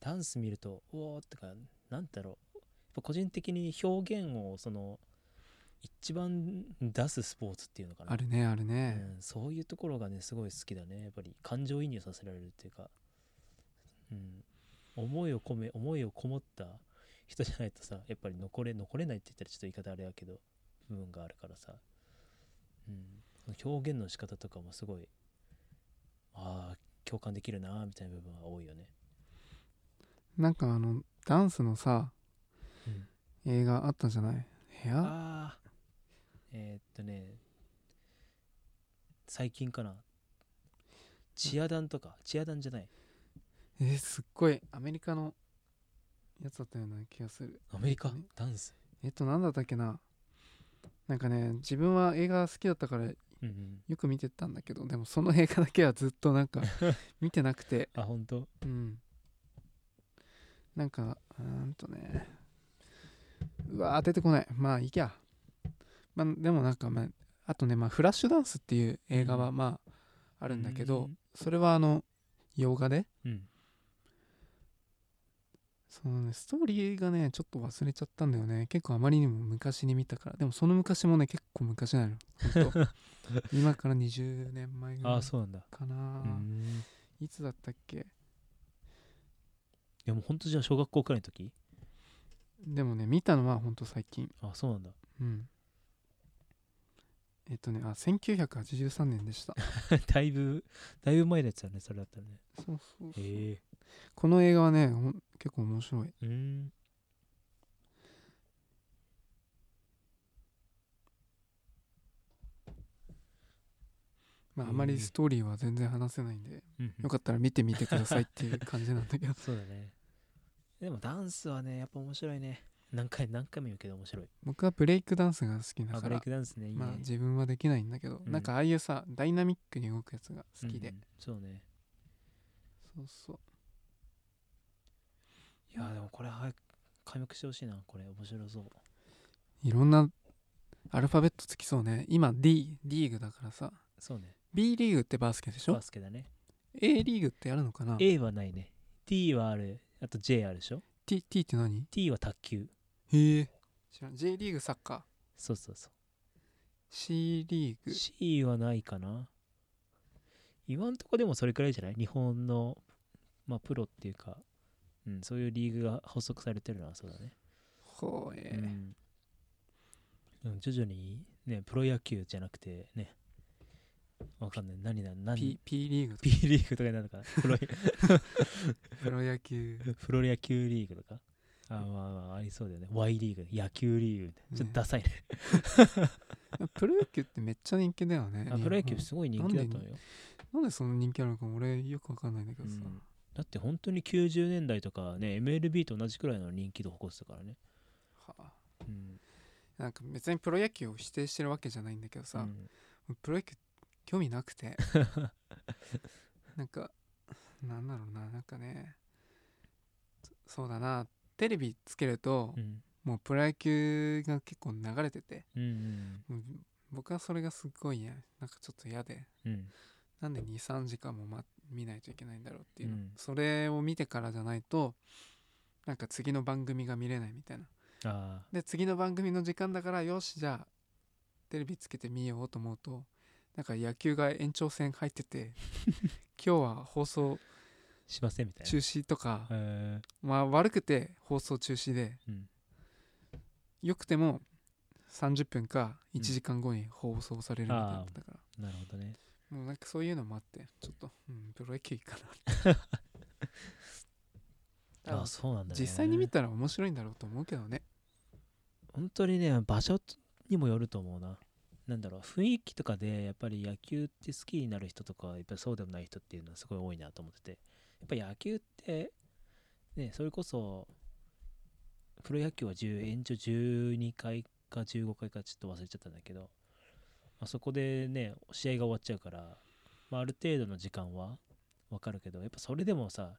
S2: ダンス見るとおおってかなんだろうやっぱ個人的に表現をその一番出すスポーツっていうのかな
S1: あるねある
S2: う
S1: ね、
S2: ん、そういうところがねすごい好きだねやっぱり感情移入させられるっていうか、うん、思いを込め思いをこもった人じゃないとさやっぱり残れ残れないって言ったらちょっと言い方あれだけど部分があるからさ、うん、その表現の仕方とかもすごいああ共感できるなーみたいな部分は多いよね。
S1: なんかあのダンスのさ、映画あったじゃない部屋
S2: ああえーっとね最近かなチアダンとかチアダンじゃない
S1: えーすっごいアメリカのやつだったような気がする
S2: アメリカ
S1: ね
S2: ダンス
S1: えっと何だったっけななんかね自分は映画好きだったから
S2: うんうん
S1: よく見てたんだけどでもその映画だけはずっとなん か見てなくて
S2: あ本当
S1: うんなんかうーんとねうわー出てこないまあいいやまあでもなんかまああとね、まあ、フラッシュダンスっていう映画はまああ
S2: あ
S1: るんだけど、それはあの洋画で
S2: うん
S1: そのねストーリーがねちょっと忘れちゃったんだよね結構あまりにも昔に見たからでもその昔もね結構昔なのほ んと今から20年前ぐら
S2: あ
S1: い
S2: そうなんだ
S1: かな
S2: うーん
S1: いつだったっけ
S2: でもう本当じゃあ小学校くらいの時
S1: でもね見たのはほんと最近
S2: あそう なんだ
S1: うんえっとねあ1983年でした
S2: だいぶだいぶ前のやつだねそれだったらね
S1: そうそうそう
S2: へ
S1: この映画はねほん結構面白い
S2: えうん
S1: まあ
S2: へえ
S1: あまりストーリーは全然話せないんでよかったら見てみてくださいっていう感じなんだけ ど
S2: そうだねでもダンスはねやっぱ面白いね何回何回も言うけど面白い
S1: 僕はブレイクダンスが好きだ
S2: あ
S1: か
S2: ブレイ
S1: ら
S2: クダンスねいいね、
S1: まあ自分はできないんだけど、
S2: うん
S1: なんかああいうさダイナミックに動くやつが好きで、
S2: うんうんそうね
S1: そうそう
S2: いやーでもこれ早く開幕してほしいなこれ面白そう
S1: いろんなアルファベットつきそうね今 D リーグだからさ
S2: そうね
S1: B リーグってバスケでしょ
S2: バスケだね
S1: A リーグってやるのかな
S2: A はないね T はあるあと J あるでしょ
S1: T, T って何
S2: T は卓球
S1: へえ知らん J リーグサッカー
S2: そうそうそう
S1: C リーグ
S2: C はないかな今んとこでもそれくらいじゃない日本の、まあ、プロっていうか、うん、そういうリーグが発足されてるのはそうだね、
S1: ほうえー
S2: うんうん、徐々にねプロ野球じゃなくてねわかんない何だ何
S1: P, P リーグと
S2: P リーグとかになるのかなプロ
S1: プロ野球
S2: プロ野球リーグとかあまあまあありそうだよね Y リーグ野球リーグみたいなちょっとダサいね
S1: プロ野球ってめっちゃ人気だよね
S2: あプロ野球
S1: 日
S2: すごい人気だと思うよ
S1: 本なんでそんな人気あるのか俺よくわかんないんだけどさ、
S2: うんだって本当に90年代とかね MLB と同じくらいの人気度を誇ってたからね、
S1: はあ
S2: うん、
S1: なんか別にプロ野球を否定してるわけじゃないんだけどさ、
S2: うん
S1: プロ野球興味なくてなんかなんだろうななんかねそそうだなテレビつけると、
S2: うん
S1: もうプロ野球が結構流れてて
S2: うん
S1: もう僕はそれがすごいねなんかちょっと嫌で
S2: うんうん
S1: なんで23時間も、ま、見ないといけないんだろうっていうの、
S2: うん
S1: それを見てからじゃないとなんか次の番組が見れないみたいな
S2: ああ
S1: で次の番組の時間だからよしじゃあテレビつけてみようと思うとなんか野球が延長戦入って て今日は放送
S2: しませんみたいな
S1: 中止とか、
S2: え
S1: まあ悪くて放送中止で
S2: ーうん
S1: よくても30分か1時間後に放送されるみたいだったから、
S2: なるほどね
S1: もうなんかそういうのもあってちょっと、うん、プロ野球いいか な
S2: あそうなんだ、ね、
S1: 実際に見たら面白いんだろうと思うけどね
S2: 本当にね場所にもよると思うななんだろう雰囲気とかでやっぱり野球って好きになる人とかやっぱりそうでもない人っていうのはすごい多いなと思っててやっぱ野球ってねそれこそプロ野球は10延長12回か15回かちょっと忘れちゃったんだけど、まあ、そこでね試合が終わっちゃうから、まあ、ある程度の時間はわかるけどやっぱそれでもさ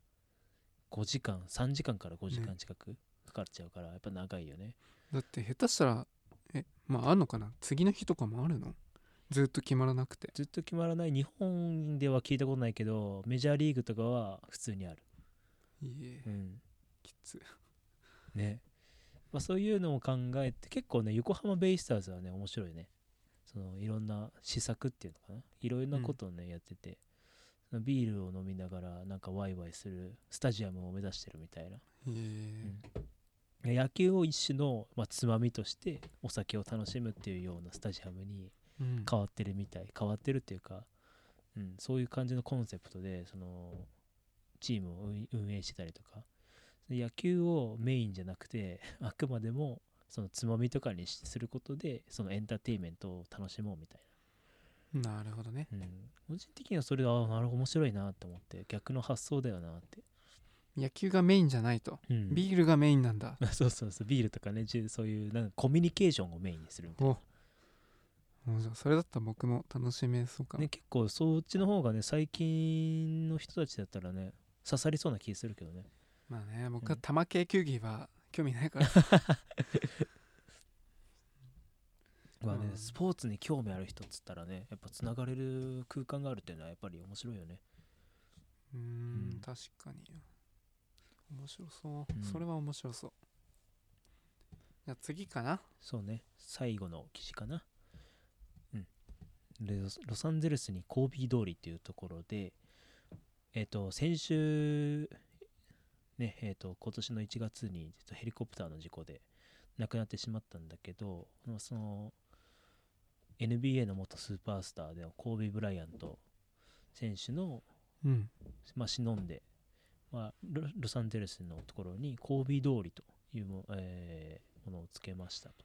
S2: 5時間3時間から5時間近くかかっちゃうから、やっぱ長いよね
S1: だって下手したらえまああんのかな次の日とかもあるのずっと決まらなくて
S2: ずっと決まらない日本では聞いたことないけどメジャーリーグとかは普通にある、
S1: いえきつ
S2: ね、まあ、そういうのを考えて結構ね横浜ベイスターズはね面白いねそのいろんな試作っていうのかないろいろなことをね、やっててそのビールを飲みながらなんかワイワイするスタジアムを目指してるみたいない
S1: え
S2: で野球を一種の、まあ、つまみとしてお酒を楽しむっていうようなスタジアムに
S1: うん
S2: 変わってるみたい変わってるっていうか、うん、そういう感じのコンセプトでそのチームを運運営してたりとか野球をメインじゃなくて あくまでもそのつまみとかにしすることでそのエンターテインメントを楽しもうみたい
S1: なるほどね
S2: な、うん、個人的にはそれはあなるほど面白いなと思って逆の発想だよなって、
S1: 野球がメインじゃないと
S2: うん、
S1: ビールがメインなんだ
S2: そうそうそうビールとかねジュそういうなんかコミュニケーションをメインにするみたいな
S1: おもうじゃあそれだったら僕も楽しめそうかも、
S2: ね、結構そっちの方がね最近の人たちだったらね刺さりそうな気するけどね
S1: まあね僕
S2: う
S1: は
S2: ん
S1: 玉系球技は興味ないから
S2: まあね、
S1: うん
S2: スポーツに興味ある人っつったらねやっぱつながれる空間があるっていうのはやっぱり面白いよね
S1: うー
S2: うん
S1: ん確かに面白そう、
S2: うん
S1: それは面白そうじゃあ次かな
S2: そうね最後の記事かなうんでロスロサンゼルスにコービー通りっていうところでえっ、と先週ねえっ、と今年の1月にちょっとヘリコプターの事故で亡くなってしまったんだけどまあその NBA の元スーパースターでコービー・ブライアント選手の
S1: うん
S2: まあ、忍んで、まあ、ロロサンゼルスのところにコービー通りというも,、えーものをつけましたと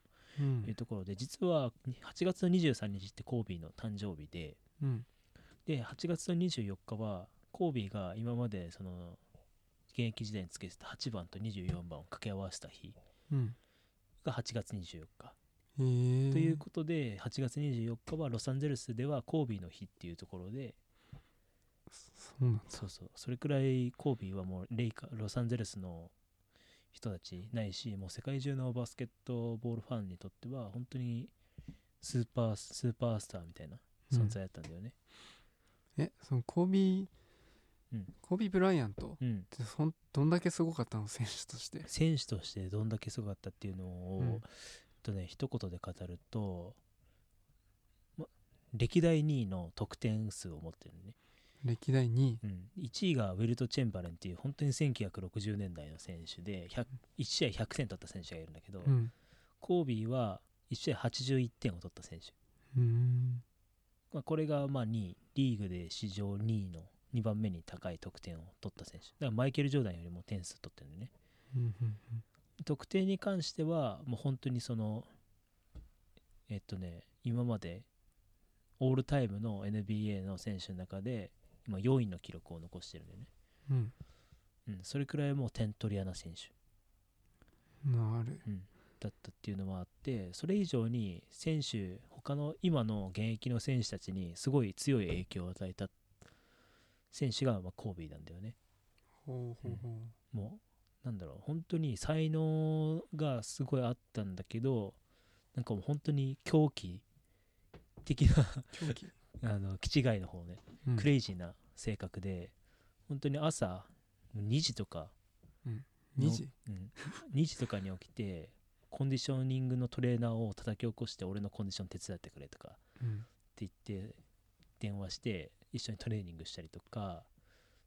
S1: う
S2: いうんところで、実は8月の23日ってコービーの誕生日で
S1: うん
S2: で8月の24日はコービーが今までその現役時代につけてた8番と24番を掛け合わせた日
S1: うん
S2: が8月24日、
S1: へえ
S2: ということで8月24日はロサンゼルスではコービーの日っていうところで
S1: そうなんだ
S2: そうそうそれくらいコービーはもうレイカロサンゼルスの人たちないしもう世界中のバスケットボールファンにとっては本当にスーパースーパースターみたいな存在だったんだよね
S1: えそのコービー、
S2: うん
S1: コービー・ブライアントっ
S2: うん、
S1: てそんどんだけすごかったの選手として
S2: 選手としてどんだけすごかったっていうのを、
S1: うん
S2: えっとね一言で語ると、ま、歴代2位の得点数を持ってるね、
S1: 歴代2位
S2: うん、1位がウェルト・チェンバレンっていう本当に1960年代の選手で100 1試合100点取った選手がいるんだけど、
S1: うん
S2: コービーは1試合81点を取った選手、
S1: うーん
S2: まあ、これがまあ2位リーグで史上2位の2番目に高い得点を取った選手だからマイケル・ジョーダンよりも点数取ってるのね
S1: うんうん
S2: 得点に関してはもう本当にそのえっとね今までオールタイムの NBA の選手の中で今4位の記録を残してるんだよね、
S1: うん
S2: うん、それくらいもう点取り屋な選手
S1: うんなる
S2: だったっていうのもあってそれ以上に選手他の今の現役の選手たちにすごい強い影響を与えた選手がまあコービーなんだよね。
S1: ほうほうほう、
S2: もうなんだろう本当に才能がすごいあったんだけどなんかもう本当に狂気的な
S1: 狂気、
S2: あの気違いの方ね
S1: うん
S2: クレイジーな性格で本当に朝2時とか
S1: 2時
S2: うん、2時とかに起きてコンディショニングのトレーナーを叩き起こして俺のコンディション手伝ってくれとか
S1: うん
S2: って言って電話して一緒にトレーニングしたりとか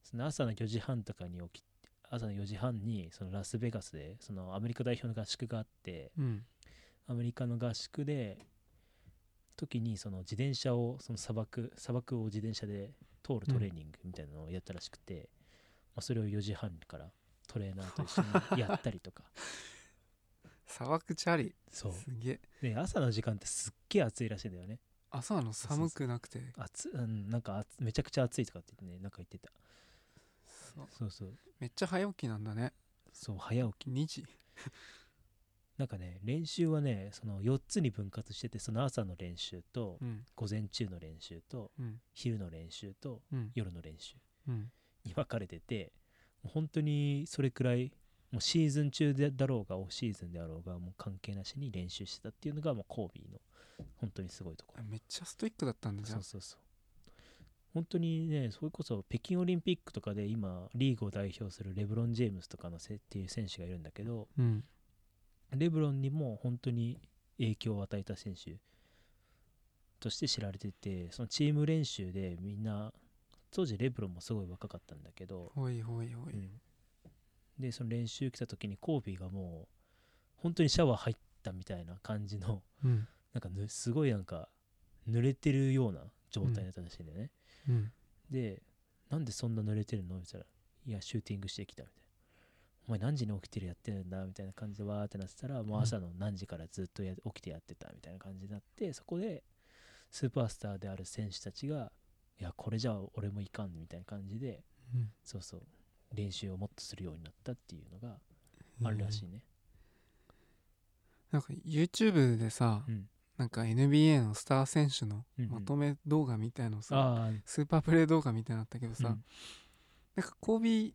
S2: その朝の4時半とかに起き朝の4時半にそのラスベガスでそのアメリカ代表の合宿があって
S1: うん
S2: アメリカの合宿で時にその自転車をその砂漠砂漠を自転車で通るトレーニングみたいなのをやったらしくて、まあ、それを4時半からトレーナーと一緒にやったりとか
S1: 砂漠チャリ
S2: そう
S1: すげえ
S2: で朝の時間ってすっげえ暑いらしいんだよね
S1: 朝なの
S2: そうそう
S1: 寒くなくて
S2: 暑うんなんか暑めちゃくちゃ暑いとかって言ってねなんか言ってた
S1: そう
S2: そうそう
S1: めっちゃ早起きなんだね
S2: そう早起き
S1: 2時
S2: なんかね練習はねその4つに分割しててその朝の練習と
S1: うん
S2: 午前中の練習と
S1: うん
S2: 昼の練習と
S1: うん
S2: 夜の練習
S1: うん
S2: に分かれててもう本当にそれくらいもうシーズン中でだろうがオフシーズンであろうがもう関係なしに練習してたっていうのがもうコービーの本当にすごいところ
S1: めっちゃストイックだったんだじゃ
S2: そ
S1: ん
S2: うそうそう本当にねそれこそ北京オリンピックとかで今リーグを代表するレブロン・ジェームスとかのせっていう選手がいるんだけど、
S1: うん
S2: レブロンにも本当に影響を与えた選手として知られててそのチーム練習でみんな当時レブロンもすごい若かったんだけど、
S1: ほいほいほい、
S2: うんでその練習来た時にコービーがもう本当にシャワー入ったみたいな感じの
S1: うん
S2: なんかぬすごいなんか濡れてるような状態だったらしいんだよね、
S1: うん、
S2: でなんでそんな濡れてるのみたいな「いやシューティングしてきた」みたいな「お前何時に起きてるやってるんだ」みたいな感じでわーってなってたらもう朝の何時からずっとや起きてやってたみたいな感じになってそこでスーパースターである選手たちが「いやこれじゃ俺もいかん」みたいな感じで
S1: うん
S2: そうそう練習をもっとするようになったっていうのがあるらしいね。
S1: なんか YouTube でさ、
S2: うん
S1: なんか NBA のスター選手の
S2: うんうん
S1: まとめ動画みたいのさ、
S2: あ
S1: スーパープレイ動画みたいなのあったけど
S2: あ
S1: さ、なんかコービー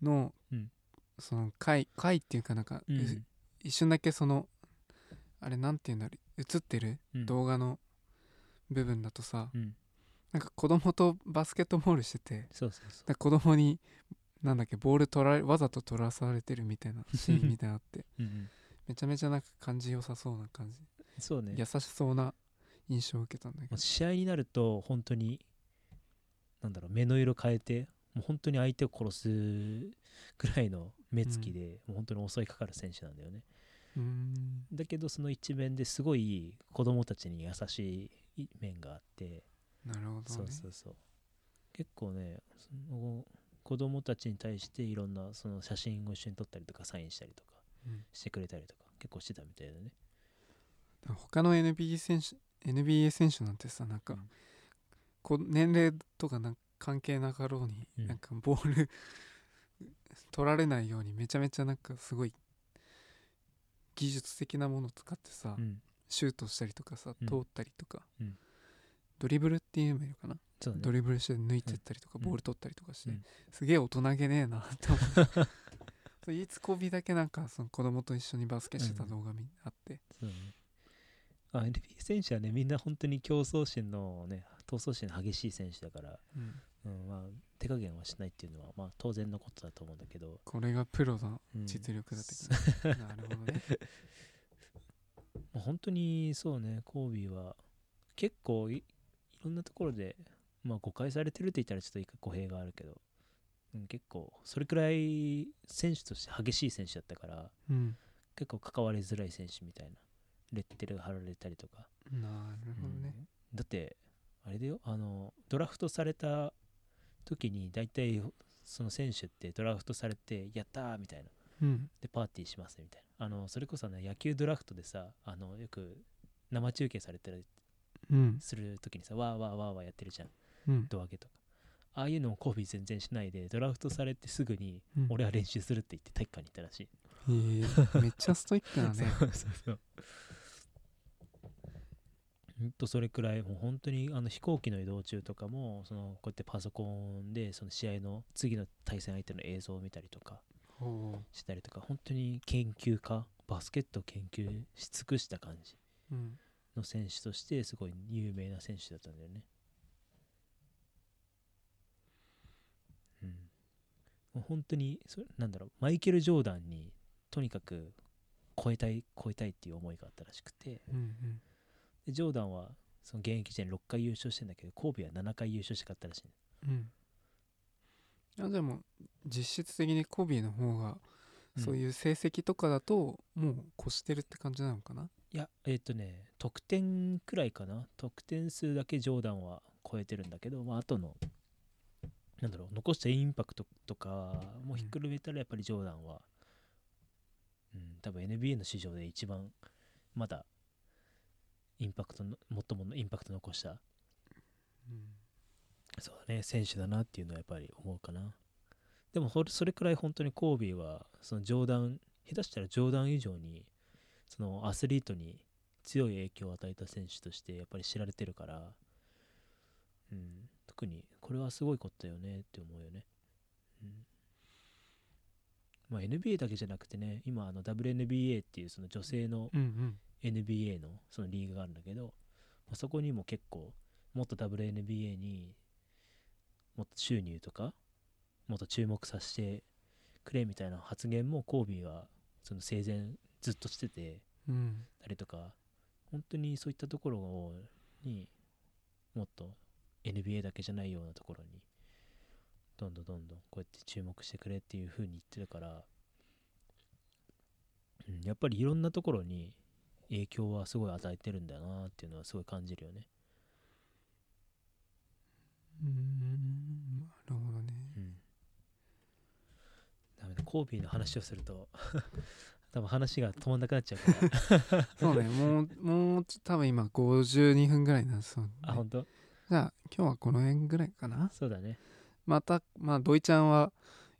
S1: の、
S2: うん
S1: その回回っていうかなんか、
S2: うんう
S1: うん一瞬だけそのあれなんて言うんだろう映ってる
S2: うん
S1: 動画の部分だとさ、
S2: うん
S1: なんか子供とバスケットボールしてて
S2: そうそうそう
S1: なんか子供になんだっけボール取られわざと取らされてるみたい なシーンみたいなのあって
S2: うんうん
S1: めちゃめちゃなんか感じ良さそうな感じ
S2: そうね
S1: 優しそうな印象を受けたんだけ
S2: もう
S1: ど
S2: 試合になると本当になんだろう目の色変えてもう本当に相手を殺すぐらいの目つきで、もう本当に襲いかかる選手なんだよね
S1: うーん
S2: だけどその一面ですごい子供たちに優しい面があって
S1: なるほどね
S2: そうそうそう結構ねその子供たちに対していろんなその写真を一緒に撮ったりとかサインしたりとか
S1: うん
S2: してくれたりとか結構してたみたいだね
S1: 他の NBA 選手 NBA 選手なんてさなんか、
S2: うん
S1: こう年齢とかなんか関係なかろうに、
S2: うん
S1: なんかボール取られないようにめちゃめちゃなんかすごい技術的なものを使ってさ、
S2: うん
S1: シュートしたりとかさ
S2: うん
S1: 通ったりとか、
S2: うん
S1: ドリブルっていうのかな、
S2: そうね
S1: ドリブルして抜いてったりとか、
S2: うん
S1: ボール取ったりとかして、
S2: うん
S1: すげえ大人げねえなって思って そう唯一コビだけなんかその子供と一緒にバスケしてた動画見あって、
S2: そうね。あ NBA 選手はね、みんな本当に競争心のね、闘争心の激しい選手だから、
S1: うん
S2: うんまあ、手加減はしないっていうのは、まあ、当然のことだと思うんだけど、
S1: これがプロの
S2: うん
S1: 実力だって
S2: そ
S1: ことね、なるほどね
S2: もう本当にそうね、コービーは結構いいろんなところで、まあ、誤解されてるって言ったらちょっと語弊があるけど、うん、結構それくらい選手として激しい選手だったから、
S1: うん
S2: 結構関わりづらい選手みたいな、レッテルが貼られたりとか、
S1: なるほどね、
S2: だってあれだよあのドラフトされた時に大体その選手ってドラフトされてやったーみたいな
S1: うん
S2: でパーティーしますみたいなあのそれこそね野球ドラフトでさあのよく生中継されたり
S1: うん
S2: する時にさわーわーわーわーやってるじゃん
S1: うん
S2: 胴上げとかああいうのをコービー全然しないでドラフトされてすぐに
S1: うん
S2: 俺は練習するって言って体育館に行ったらしい、
S1: えーめっちゃストイックだね
S2: そうそうそうほんとそれくらいもう本当にあの飛行機の移動中とかもそのこうやってパソコンでその試合の次の対戦相手の映像を見たりとか
S1: ほ
S2: したりとか本当に研究家バスケットを研究し尽くした感じ
S1: う、うん、
S2: の選手としてすごい有名な選手だったんだよね。うん、もう本当にそれなんだろうマイケル・ジョーダンにとにかく超えたい超えたいっていう思いがあったらしくて
S1: うんうん
S2: でジョーダンはその現役時代に6回優勝してんだけど神戸は7回優勝して勝ったらしいね
S1: うんあじゃあもう実質的にコビーの方がそういう成績とかだともう越してるって感じなのかな、
S2: いやえっ、とね得点くらいかな得点数だけジョーダンは超えてるんだけどまあ後のなんだろう残したインパクトとかもひっくるめたらやっぱりジョーダンは、うん多分 NBA の史上で一番まだインパクトの最ものインパクト残したそうだね選手だなっていうのはやっぱり思うかなでもそれそれくらい本当にコービーはその冗談下手したら冗談以上にそのアスリートに強い影響を与えた選手としてやっぱり知られてるから、うん、特にこれはすごいことだよねって思うよね、うんまあ、NBA だけじゃなくてね今あの WNBA っていうその女性の
S1: うん、うん
S2: NBA のそのリーグがあるんだけど、まあそこにも結構もっと WNBA にもっと収入とかもっと注目させてくれみたいな発言もコービーはその生前ずっとしてて
S1: うんうん
S2: たりとか本当にそういったところをにもっと NBA だけじゃないようなところにどんどんどんどんこうやって注目してくれっていう風に言ってるから、うん、やっぱりいろんなところに影響はすごい与えてるんだなっていうのはすごい感じるよね。
S1: うんなるほど ね
S2: うん、ダメだコービーの話をすると 多分話が止まんなくなっちゃうから
S1: そうねもうもうちょっと多分今52分ぐらいになりそうね、
S2: あ本当
S1: じゃあ今日はこの辺ぐらいかな
S2: そうだね。
S1: またまあ土井ちゃんは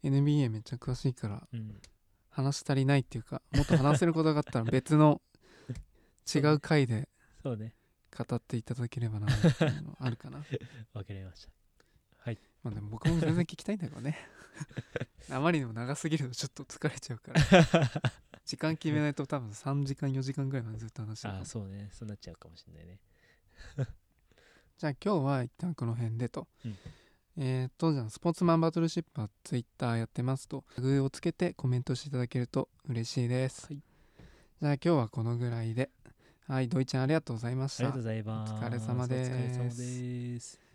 S1: NBA めっちゃ詳しいから
S2: うん、
S1: 話し足りないっていうかもっと話せることがあったら別の違う回で
S2: そうね
S1: 語っていただければなっていうのあるかな
S2: わかりました。
S1: まあでも僕も全然聞きたいんだけ どねあまりにも長すぎるとちょっと疲れちゃうから時間決めないと多分3時間4時間ぐらいまでずっと話してるか
S2: あ
S1: ら
S2: そうねそうなっちゃうかもしれないね。
S1: じゃあ今日は一旦この辺でと。
S2: うん
S1: えー、とじゃあスポーツマンバトルシップはツイッターやってますとタグをつけてコメントしていただけると嬉しいです、
S2: はい
S1: じゃあ今日はこのぐらいではいドイちゃんありがとうございまし
S2: ありが
S1: た
S2: とうございます。
S1: お疲れ様です
S2: お疲れ様です。